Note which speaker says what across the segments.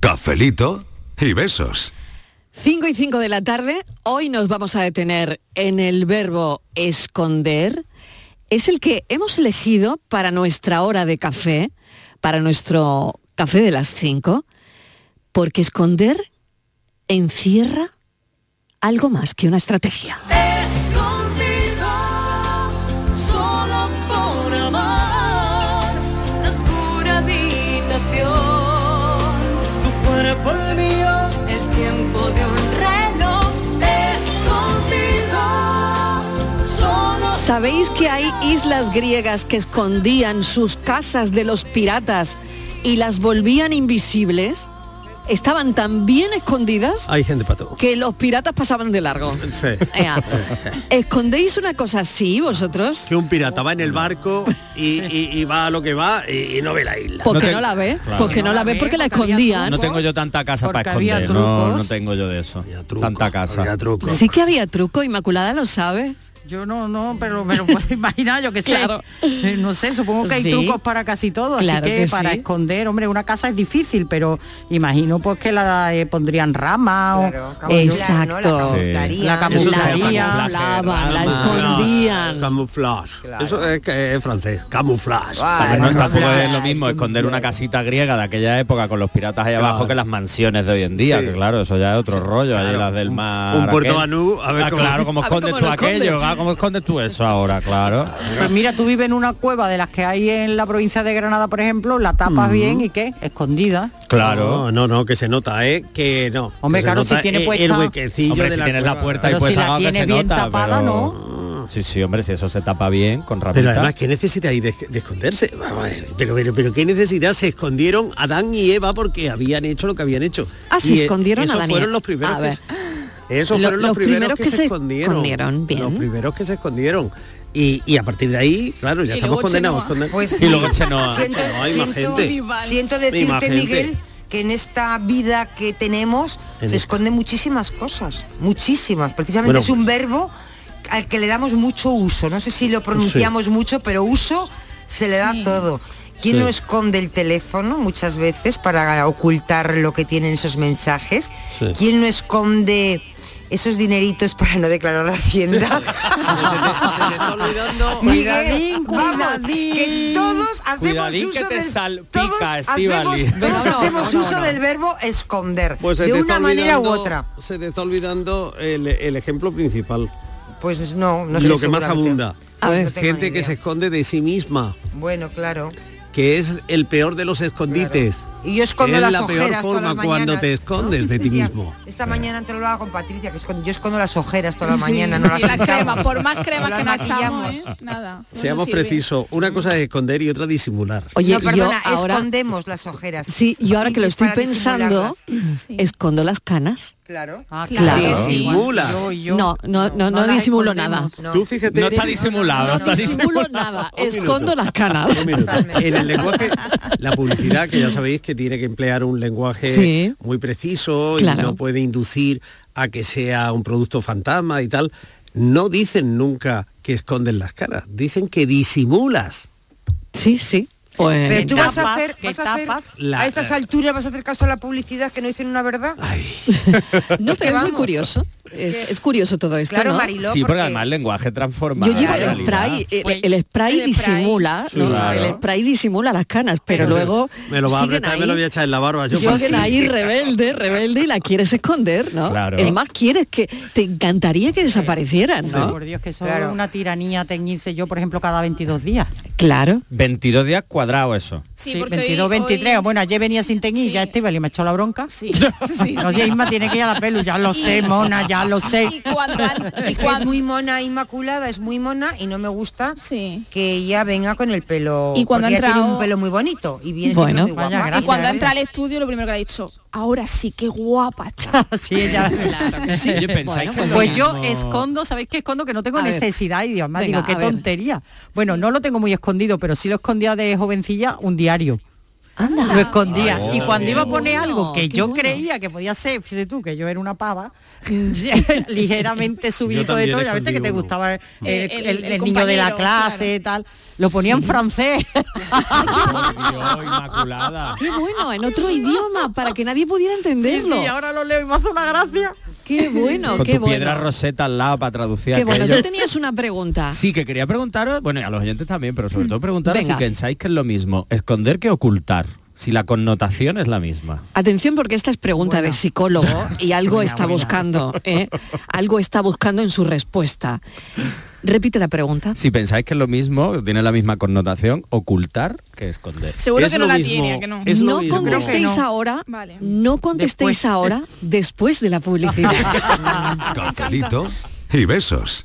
Speaker 1: Cafelito y besos.
Speaker 2: 5 y 5 de la tarde, hoy nos vamos a detener en el verbo esconder. Es el que hemos elegido para nuestra hora de café, para nuestro café de las 5, porque esconder encierra algo más que una estrategia.
Speaker 3: Escondidos, solo por amor, la oscura habitación, tu cuerpo el mío, el tiempo de un reloj. Escondidos, solo
Speaker 2: ¿Sabéis que hay islas griegas que escondían sus casas de los piratas y las volvían invisibles? Estaban tan bien escondidas
Speaker 4: Hay gente pato.
Speaker 2: que los piratas pasaban de largo.
Speaker 4: Sí.
Speaker 2: Ea. ¿Escondéis una cosa así vosotros?
Speaker 4: Que un pirata va en el barco y, y- y va a lo que va y, y no ve la isla.
Speaker 2: Porque
Speaker 5: te-
Speaker 2: no, la ve,
Speaker 5: Claro.
Speaker 2: porque no la ve, porque la escondían.
Speaker 5: No tengo yo tanta casa
Speaker 6: Ah, Porque
Speaker 5: para
Speaker 6: había
Speaker 5: esconder. No,
Speaker 6: trucos.
Speaker 5: no tengo yo de eso. tanta casa.
Speaker 4: Había truco.
Speaker 2: Sí que había truco, Inmaculada lo sabe.
Speaker 6: Yo no, no, pero me lo puedo imaginar, yo que sé.
Speaker 2: Claro.
Speaker 6: Eh, No sé, supongo que hay
Speaker 2: Sí.
Speaker 6: trucos para casi todo,
Speaker 2: Claro
Speaker 6: así que,
Speaker 2: que sí.
Speaker 6: para esconder, hombre, una casa es difícil, pero imagino pues que la eh, pondrían rama o la
Speaker 2: Exacto.
Speaker 4: Eso se
Speaker 2: La
Speaker 4: llama
Speaker 6: camuflaría.
Speaker 2: camuflaban, la
Speaker 4: Camuflaje.
Speaker 2: escondían.
Speaker 4: Camuflaje. Eso es, que es francés. Camuflaje.
Speaker 5: Pero no,
Speaker 4: Camuflaje.
Speaker 5: tampoco es lo mismo esconder una casita griega de aquella época con los piratas ahí abajo
Speaker 4: Claro.
Speaker 5: que las mansiones de hoy en día,
Speaker 4: Sí.
Speaker 5: que claro, eso ya es otro rollo, ahí
Speaker 4: claro.
Speaker 5: las del
Speaker 4: Un-
Speaker 5: mar.
Speaker 4: un Puerto
Speaker 5: aquel.
Speaker 4: Banú, a ver
Speaker 5: Ah,
Speaker 4: cómo-
Speaker 5: claro, cómo
Speaker 2: A ver
Speaker 5: escondes
Speaker 2: cómo
Speaker 5: tú
Speaker 2: lo escondes.
Speaker 5: aquello, ah, cómo escondes tú eso ahora, claro.
Speaker 6: Pues mira, tú vives en una cueva de las que hay en la provincia de Granada, por ejemplo, la tapas bien y qué, escondida.
Speaker 5: Claro.
Speaker 4: No, no, no, que se nota, ¿eh? Que no.
Speaker 6: Hombre,
Speaker 4: Que se
Speaker 6: claro, si
Speaker 4: nota,
Speaker 6: tiene
Speaker 4: eh, El
Speaker 6: puesta-
Speaker 4: huequecillo
Speaker 5: Hombre,
Speaker 4: de
Speaker 5: si
Speaker 4: la
Speaker 5: tienes la
Speaker 4: cueva.
Speaker 5: puerta ahí
Speaker 6: Pero si
Speaker 5: puesta,
Speaker 6: la
Speaker 5: aunque
Speaker 6: tienes
Speaker 5: se
Speaker 6: bien
Speaker 5: nota,
Speaker 6: tapada,
Speaker 5: pero- Sí, sí, hombre, si eso se tapa bien con ramita.
Speaker 4: Pero además, ¿qué necesidad hay de, de esconderse? Vamos a ver, pero, pero, pero ¿qué necesidad? Se escondieron Adán y Eva porque habían hecho lo que habían hecho.
Speaker 2: Ah, se
Speaker 4: Y, eh,
Speaker 2: escondieron
Speaker 4: esos
Speaker 2: Adán y
Speaker 4: fueron
Speaker 2: Eva.
Speaker 4: los primeros
Speaker 2: A
Speaker 4: que
Speaker 2: ver.
Speaker 4: se- Esos
Speaker 2: Lo-
Speaker 4: fueron los, primeros, que, se escondieron.
Speaker 2: escondieron, bien.
Speaker 4: Los primeros que se escondieron. Y, y a partir de ahí, claro, ya estamos condenados. a esconder-
Speaker 7: Pues-
Speaker 5: Y luego Chenoa.
Speaker 7: Siento,
Speaker 4: no, hay más
Speaker 7: siento-
Speaker 4: gente.
Speaker 7: siento
Speaker 4: Hay más
Speaker 7: decirte,
Speaker 4: gente.
Speaker 7: Miguel, que en esta vida que tenemos
Speaker 4: En esta.
Speaker 7: se esconden muchísimas cosas, muchísimas. Precisamente
Speaker 4: Bueno.
Speaker 7: es un verbo al que le damos mucho uso. No sé si lo pronunciamos mucho, pero uso se le da todo. ¿Quién
Speaker 4: Sí.
Speaker 7: no esconde el teléfono muchas veces para ocultar lo que tienen esos mensajes?
Speaker 4: Sí.
Speaker 7: ¿Quién no esconde esos dineritos para no declarar la hacienda?
Speaker 4: Como se te- se te está olvidando-
Speaker 7: Miguel,
Speaker 6: Cuidadín,
Speaker 7: vamos,
Speaker 6: cuidadín.
Speaker 7: que todos hacemos
Speaker 5: Cuidadín que
Speaker 7: uso
Speaker 5: te
Speaker 7: del
Speaker 5: salpica,
Speaker 7: todos
Speaker 5: Estíbaliz.
Speaker 7: hacemos, todos
Speaker 2: No, no,
Speaker 7: hacemos
Speaker 2: no, no,
Speaker 7: uso
Speaker 2: no.
Speaker 7: del verbo esconder
Speaker 4: Pues se
Speaker 7: de
Speaker 4: te está
Speaker 7: una manera u
Speaker 4: olvidando-
Speaker 7: otra.
Speaker 4: Se te está olvidando el, el ejemplo principal.
Speaker 7: Pues no, no sé
Speaker 4: lo que más
Speaker 7: seguramente.
Speaker 4: abunda.
Speaker 2: A ver.
Speaker 7: no tengo
Speaker 4: gente
Speaker 7: ni
Speaker 4: que
Speaker 7: idea.
Speaker 4: se esconde de sí misma.
Speaker 7: Bueno, claro.
Speaker 4: que es el peor de los escondites.
Speaker 7: Y yo escondo
Speaker 4: Que es
Speaker 7: las
Speaker 4: la
Speaker 7: ojeras
Speaker 4: peor
Speaker 7: todas
Speaker 4: forma
Speaker 7: las
Speaker 4: cuando
Speaker 7: mañanas,
Speaker 4: te escondes
Speaker 7: ¿no?
Speaker 4: de ti
Speaker 7: Ya,
Speaker 4: mismo.
Speaker 7: Esta mañana antes lo hablaba con Patricia, que escondo- yo escondo las ojeras toda la mañana, no las
Speaker 8: la crema,
Speaker 7: quitamos.
Speaker 8: por más crema
Speaker 7: No
Speaker 8: que
Speaker 7: las
Speaker 8: nos echamos, ¿eh?
Speaker 7: maquillamos.
Speaker 8: Nada. no
Speaker 4: Seamos
Speaker 8: sirve.
Speaker 4: precisos,
Speaker 7: Mm.
Speaker 4: una cosa es esconder y otra disimular.
Speaker 2: Oye,
Speaker 7: no, perdona,
Speaker 2: yo ahora,
Speaker 7: escondemos las ojeras.
Speaker 2: sí, yo ahora
Speaker 7: Y-
Speaker 2: que lo
Speaker 7: y
Speaker 2: estoy
Speaker 7: para
Speaker 2: pensando,
Speaker 7: disimularlas.
Speaker 8: Sí.
Speaker 2: escondo las canas.
Speaker 7: Claro.
Speaker 6: Ah,
Speaker 2: Claro.
Speaker 4: Disimulas.
Speaker 6: Yo- yo-
Speaker 2: No, no, no, no
Speaker 6: las
Speaker 2: disimulo
Speaker 6: escondemos.
Speaker 2: nada.
Speaker 7: No.
Speaker 4: Tú fíjate,
Speaker 5: No está disimulado,
Speaker 2: No
Speaker 5: está
Speaker 2: disimulo
Speaker 5: disimulado.
Speaker 2: nada,
Speaker 4: Un minuto.
Speaker 2: escondo las canas.
Speaker 4: un minuto.
Speaker 7: Totalmente.
Speaker 4: en el lenguaje, la publicidad, que ya sabéis que tiene que emplear un lenguaje
Speaker 2: Sí.
Speaker 4: muy preciso
Speaker 2: Claro.
Speaker 4: y no puede inducir a que sea un producto fantasma y tal, no dicen nunca que esconden las caras, dicen que disimulas.
Speaker 2: Sí, sí. Pues-
Speaker 7: Pero tú
Speaker 6: Que
Speaker 7: vas a
Speaker 6: tapas,
Speaker 7: hacer,
Speaker 6: que
Speaker 7: vas a, hacer
Speaker 6: tapas.
Speaker 4: La-
Speaker 7: a estas alturas vas a hacer caso a la publicidad que no dicen una verdad.
Speaker 4: Ay.
Speaker 2: no,
Speaker 7: es que
Speaker 2: pero es muy
Speaker 7: vamos.
Speaker 2: curioso. Es, es curioso todo esto,
Speaker 7: Claro,
Speaker 2: ¿no?
Speaker 7: Mariló,
Speaker 5: Sí, porque
Speaker 7: porque-
Speaker 5: además el lenguaje transforma.
Speaker 2: Yo llevo
Speaker 5: la
Speaker 2: el
Speaker 5: realidad.
Speaker 2: spray,
Speaker 8: Pues,
Speaker 2: el, el spray
Speaker 8: el spray.
Speaker 2: disimula,
Speaker 5: Sí,
Speaker 2: ¿no?
Speaker 5: claro.
Speaker 2: el spray disimula las canas, pero luego
Speaker 4: me lo va a
Speaker 2: siguen
Speaker 4: apretar,
Speaker 2: ahí,
Speaker 4: me lo voy a echar en la barba. Yo
Speaker 2: siguen
Speaker 4: fácil.
Speaker 2: ahí rebelde, rebelde y la quieres esconder, ¿no?
Speaker 5: Claro.
Speaker 2: El más quieres que te encantaría que desaparecieran,
Speaker 6: Hombre,
Speaker 2: ¿no?
Speaker 6: Por Dios, que eso
Speaker 7: Claro.
Speaker 6: es una tiranía teñirse yo, por ejemplo, cada 22 días.
Speaker 2: Claro.
Speaker 5: 22 días cuadrado eso.
Speaker 8: Sí,
Speaker 6: Sí,
Speaker 8: porque
Speaker 6: 22,
Speaker 8: hoy-
Speaker 6: 23.
Speaker 8: hoy-
Speaker 6: Bueno, ayer venía sin teñir,
Speaker 8: Sí.
Speaker 6: ya Esteban y me echó la bronca.
Speaker 8: Sí, sí,
Speaker 6: No,
Speaker 8: sí.
Speaker 6: ya Isma tiene que ir a la pelu, ya lo sé, mona, ya lo
Speaker 8: Y
Speaker 6: sé.
Speaker 8: cuando, an- y
Speaker 7: Es que es
Speaker 8: cuando-
Speaker 7: muy mona Inmaculada, es muy mona y no me gusta
Speaker 8: Sí.
Speaker 7: que ella venga con el pelo.
Speaker 8: Y cuando
Speaker 7: porque
Speaker 8: ha
Speaker 7: ella tiene
Speaker 8: entrado-
Speaker 7: un pelo muy bonito y viene
Speaker 2: Bueno.
Speaker 7: siempre muy
Speaker 6: Vaya,
Speaker 7: guapa.
Speaker 6: gracias.
Speaker 8: Ah, y cuando entra al
Speaker 7: el
Speaker 8: estudio, lo primero que le ha dicho, ahora sí, qué guapa está.
Speaker 6: Sí, ella-
Speaker 5: Sí, oye, pensáis que
Speaker 6: Pues yo escondo, ¿sabéis qué escondo? Que no tengo
Speaker 2: A ver.
Speaker 6: necesidad, y Dios mío,
Speaker 2: Venga,
Speaker 6: digo, qué
Speaker 2: a ver.
Speaker 6: tontería. Bueno, no lo tengo muy escondido, pero sí lo escondía de jovencilla un diario.
Speaker 3: Anda.
Speaker 6: lo escondía.
Speaker 5: Oh,
Speaker 6: y cuando
Speaker 5: qué
Speaker 6: iba a poner
Speaker 3: bueno,
Speaker 6: algo
Speaker 3: qué
Speaker 6: que yo
Speaker 3: bueno.
Speaker 6: creía que podía ser, fíjate tú, que yo era una pava, ligeramente subido de
Speaker 9: también
Speaker 6: todo, ya viste
Speaker 9: escondí
Speaker 6: que te
Speaker 9: uno.
Speaker 6: gustaba el,
Speaker 10: Eh,
Speaker 6: el-
Speaker 10: el-
Speaker 6: el
Speaker 10: el
Speaker 6: niño de la
Speaker 10: compañero,
Speaker 6: clase, tal, lo ponía en francés.
Speaker 5: Por Dios, inmaculada.
Speaker 3: Qué bueno, en otro idioma, para que nadie pudiera
Speaker 6: sí,
Speaker 3: entenderlo.
Speaker 6: sí, ahora lo leo y me hace una gracia.
Speaker 3: Qué bueno,
Speaker 5: Con
Speaker 3: qué
Speaker 5: tu piedra
Speaker 3: bueno.
Speaker 5: roseta al lado para traducir
Speaker 3: Qué bueno,
Speaker 5: aquello.
Speaker 3: tú tenías una pregunta.
Speaker 5: Sí, que quería preguntaros, bueno, y a los oyentes también, pero sobre todo preguntaros
Speaker 3: Venga.
Speaker 5: si pensáis que es lo mismo esconder que ocultar, si la connotación es la misma.
Speaker 3: Atención porque esta es pregunta de psicólogo y algo
Speaker 6: Buena,
Speaker 3: está
Speaker 6: buena.
Speaker 3: buscando, ¿eh? algo está buscando en su respuesta. Repite la pregunta.
Speaker 5: Si pensáis que es lo mismo, tiene la misma connotación, ocultar que esconder.
Speaker 10: Seguro
Speaker 9: Es
Speaker 10: que no
Speaker 9: lo
Speaker 10: la
Speaker 9: mismo-
Speaker 10: tiene, ¿a que no.
Speaker 9: es lo
Speaker 3: no
Speaker 9: mismo.
Speaker 3: contestéis
Speaker 6: Creo que no.
Speaker 3: ahora,
Speaker 10: Vale.
Speaker 3: no contestéis
Speaker 6: Después.
Speaker 3: ahora después de la publicidad.
Speaker 11: Cafelito y besos.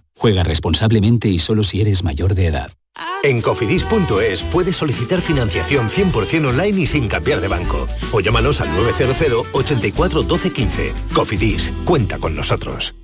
Speaker 4: Juega responsablemente y solo si eres mayor de edad. En cofidis.es puedes solicitar financiación 100% online y sin cambiar de banco. O llámanos al 900 84 12 15. Cofidis, cuenta con nosotros.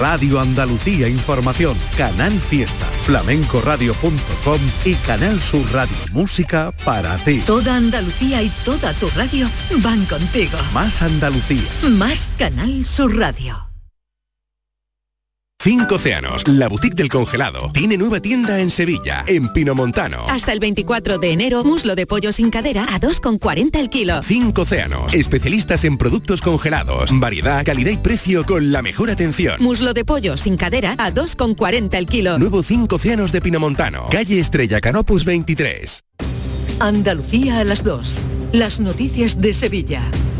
Speaker 11: Radio Andalucía Información, Canal Fiesta, flamencoradio.com y Canal Sur Radio Música para ti.
Speaker 2: Toda Andalucía y toda tu radio van contigo.
Speaker 11: Más Andalucía.
Speaker 2: Más Canal Sur Radio.
Speaker 12: Cinco Océanos, la boutique del congelado, tiene nueva tienda en Sevilla, en Pinomontano.
Speaker 2: Hasta el 24 de enero, muslo de pollo sin cadera a 2,40 el kilo.
Speaker 12: Cinco Océanos, especialistas en productos congelados, variedad, calidad y precio con la mejor atención.
Speaker 2: Muslo de pollo sin cadera a 2,40 el kilo.
Speaker 12: Nuevo Cinco Océanos de Pinomontano, calle Estrella Canopus 23.
Speaker 2: Andalucía a las 2. Las noticias de Sevilla.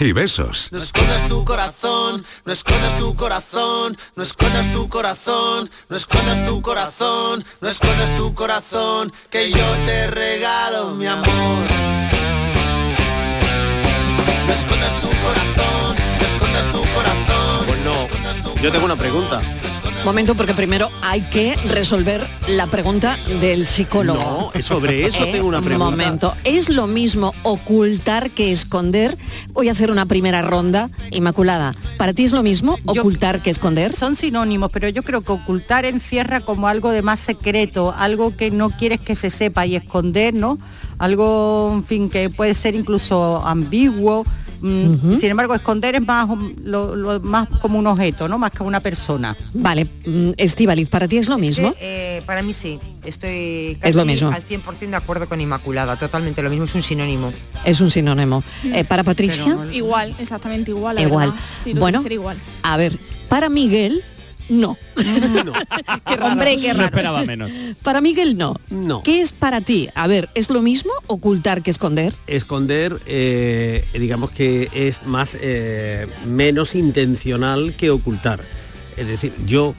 Speaker 11: y besos.
Speaker 13: No escondas tu corazón, no escondas tu corazón, no escondas tu corazón, no escondas tu corazón, no escondas tu corazón, que yo te regalo mi amor. No escondas tu corazón, no escondas tu corazón.
Speaker 9: Pues no. Yo tengo una pregunta.
Speaker 3: Momento porque primero hay que resolver la pregunta del psicólogo.
Speaker 9: No, sobre eso
Speaker 3: Eh,
Speaker 9: tengo una pregunta.
Speaker 3: Momento, es lo mismo ocultar que esconder. Voy a hacer una primera ronda, Inmaculada. ¿Para ti es lo mismo
Speaker 6: Yo-
Speaker 3: ocultar que esconder?
Speaker 6: Son sinónimos, pero yo creo que ocultar encierra como algo de más secreto, algo que no quieres que se sepa y esconder, ¿no? Algo, en fin, que puede ser incluso ambiguo. mm, Sin embargo, esconder es más, um, lo- lo- más como un objeto, ¿no? Más que una persona.
Speaker 3: Vale, Estivaliz, ¿para ti es lo
Speaker 7: Es que,
Speaker 3: mismo?
Speaker 7: eh, para mí sí, estoy
Speaker 3: Es lo
Speaker 7: casi
Speaker 3: mismo.
Speaker 7: al 100% de acuerdo con Inmaculada, totalmente lo mismo, es un sinónimo.
Speaker 3: Es un sinónimo.
Speaker 10: Mm.
Speaker 3: Eh, ¿Para Patricia?
Speaker 6: Pero no-
Speaker 10: Igual, exactamente igual. la
Speaker 3: Igual.
Speaker 10: verdad. Sí, lo
Speaker 3: bueno,
Speaker 10: tiene que ser igual.
Speaker 3: a ver, para Miguel, no.
Speaker 9: No,
Speaker 10: Hombre, qué
Speaker 5: No
Speaker 10: raro.
Speaker 5: esperaba menos.
Speaker 3: Para Miguel, no.
Speaker 9: No.
Speaker 3: ¿Qué es para ti? A ver, ¿es lo mismo ocultar que esconder?
Speaker 9: Esconder, eh, digamos que es más eh, menos intencional que ocultar. Es decir, yo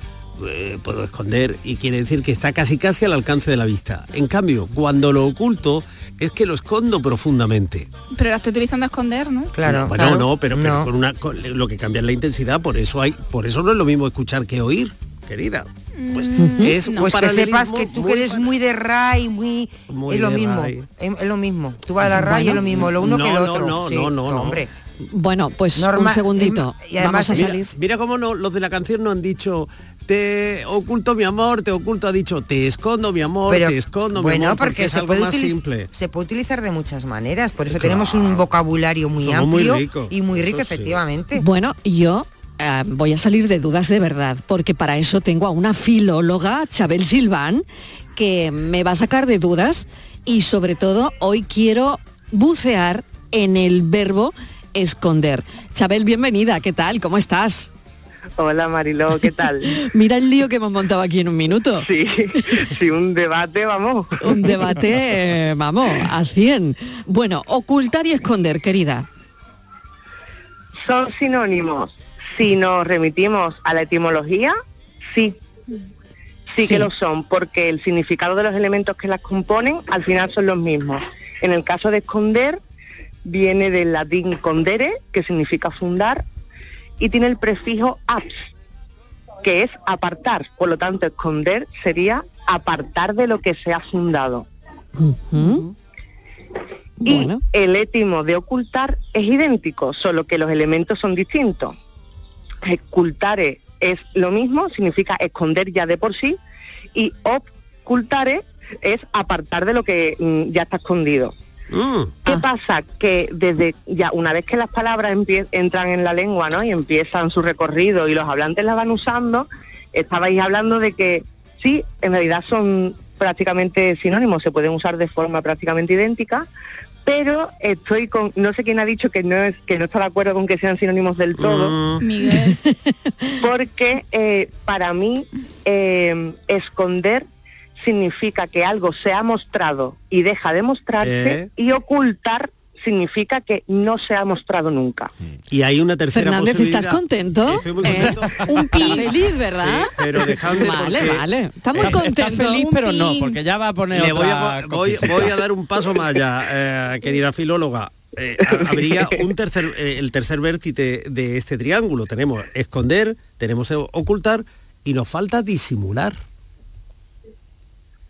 Speaker 9: eh, puedo esconder y quiere decir que está casi casi al alcance de la vista. En cambio, cuando lo oculto es que lo escondo profundamente.
Speaker 10: Pero la estoy utilizando a esconder, ¿no?
Speaker 7: Claro.
Speaker 9: bueno,
Speaker 7: claro.
Speaker 9: no, pero, pero
Speaker 7: No.
Speaker 9: con una con- lo que cambia es la intensidad, por eso hay, por eso no es lo mismo escuchar que oír, querida.
Speaker 4: Pues
Speaker 7: Mm,
Speaker 4: es un
Speaker 7: pues que
Speaker 4: paralelismo
Speaker 7: sepas que tú
Speaker 4: muy
Speaker 7: que eres muy de RAI, muy,
Speaker 4: Muy
Speaker 7: es lo
Speaker 4: de
Speaker 7: mismo,
Speaker 4: RAI.
Speaker 7: es, es lo mismo. Tú vas a la RAI y es lo mismo, lo uno
Speaker 4: no,
Speaker 7: que el otro.
Speaker 4: No, no,
Speaker 7: sí.
Speaker 4: no, no, no.
Speaker 7: hombre.
Speaker 2: Bueno, pues
Speaker 7: Norma- em,
Speaker 2: un segundito.
Speaker 7: y además
Speaker 2: Vamos a
Speaker 4: em, mira,
Speaker 2: salir.
Speaker 4: mira cómo no, los de la canción no han dicho te oculto mi amor, te oculto, ha dicho te escondo mi amor,
Speaker 7: Pero,
Speaker 4: te escondo mi
Speaker 7: bueno,
Speaker 4: amor,
Speaker 7: porque,
Speaker 4: es
Speaker 7: se
Speaker 4: algo
Speaker 7: puede
Speaker 4: más
Speaker 7: utili-
Speaker 4: simple.
Speaker 7: se puede utilizar de muchas maneras, por eso tenemos un vocabulario muy
Speaker 4: Somos muy
Speaker 7: amplio
Speaker 4: ricos,
Speaker 7: y muy
Speaker 4: eso
Speaker 7: rico,
Speaker 4: sí.
Speaker 7: efectivamente.
Speaker 2: Bueno, yo eh, voy a salir de dudas de verdad, porque para eso tengo a una filóloga, Chabel Silván, que me va a sacar de dudas y sobre todo hoy quiero bucear en el verbo esconder. Chabel, bienvenida, ¿qué tal? ¿Cómo estás?
Speaker 9: Hola Mariló, ¿qué tal?
Speaker 2: Mira el lío que hemos montado aquí en un minuto.
Speaker 9: Sí, sí, un debate, vamos.
Speaker 2: Un debate, eh, vamos, a 100. Bueno, ocultar y esconder, querida.
Speaker 9: Son sinónimos. Si nos remitimos a la etimología, sí. Sí, que lo son, porque el significado de los elementos que las componen al final son los mismos. En el caso de esconder, viene del latín condere, que significa fundar, y tiene el prefijo abs, que es apartar. Por lo tanto, esconder sería apartar de lo que se ha fundado. Y el étimo de ocultar es idéntico, solo que los elementos son distintos. Ocultare es lo mismo, significa esconder ya de por sí, y ocultare es apartar de lo que mm, ya está escondido. ¿Qué pasa? Que desde ya una vez que las palabras empie- entran en la lengua ¿no? y empiezan su recorrido y los hablantes las van usando, estabais hablando de que sí, en realidad son prácticamente sinónimos, se pueden usar de forma prácticamente idéntica, pero estoy con, no sé quién ha dicho que no es, que no está de acuerdo con que sean sinónimos del todo. Porque eh, para mí eh, esconder significa que algo se ha mostrado y deja de mostrarse
Speaker 4: ¿Eh?
Speaker 9: y ocultar significa que no se ha mostrado nunca.
Speaker 4: Y hay una tercera
Speaker 2: Fernández,
Speaker 4: posibilidad.
Speaker 2: ¿estás contento? Eh, un pi feliz, ¿verdad?
Speaker 4: Sí, pero dejadme
Speaker 2: Vale,
Speaker 4: porque-
Speaker 2: vale. Está muy contento.
Speaker 5: feliz, pero no, porque ya va a poner
Speaker 4: Le voy
Speaker 5: otra
Speaker 4: a, po- voy-
Speaker 5: cosita.
Speaker 4: voy a dar un paso más allá, eh, querida filóloga. Eh, ha- habría un tercer, eh, el tercer vértice de este triángulo. Tenemos esconder, tenemos o- ocultar y nos falta disimular.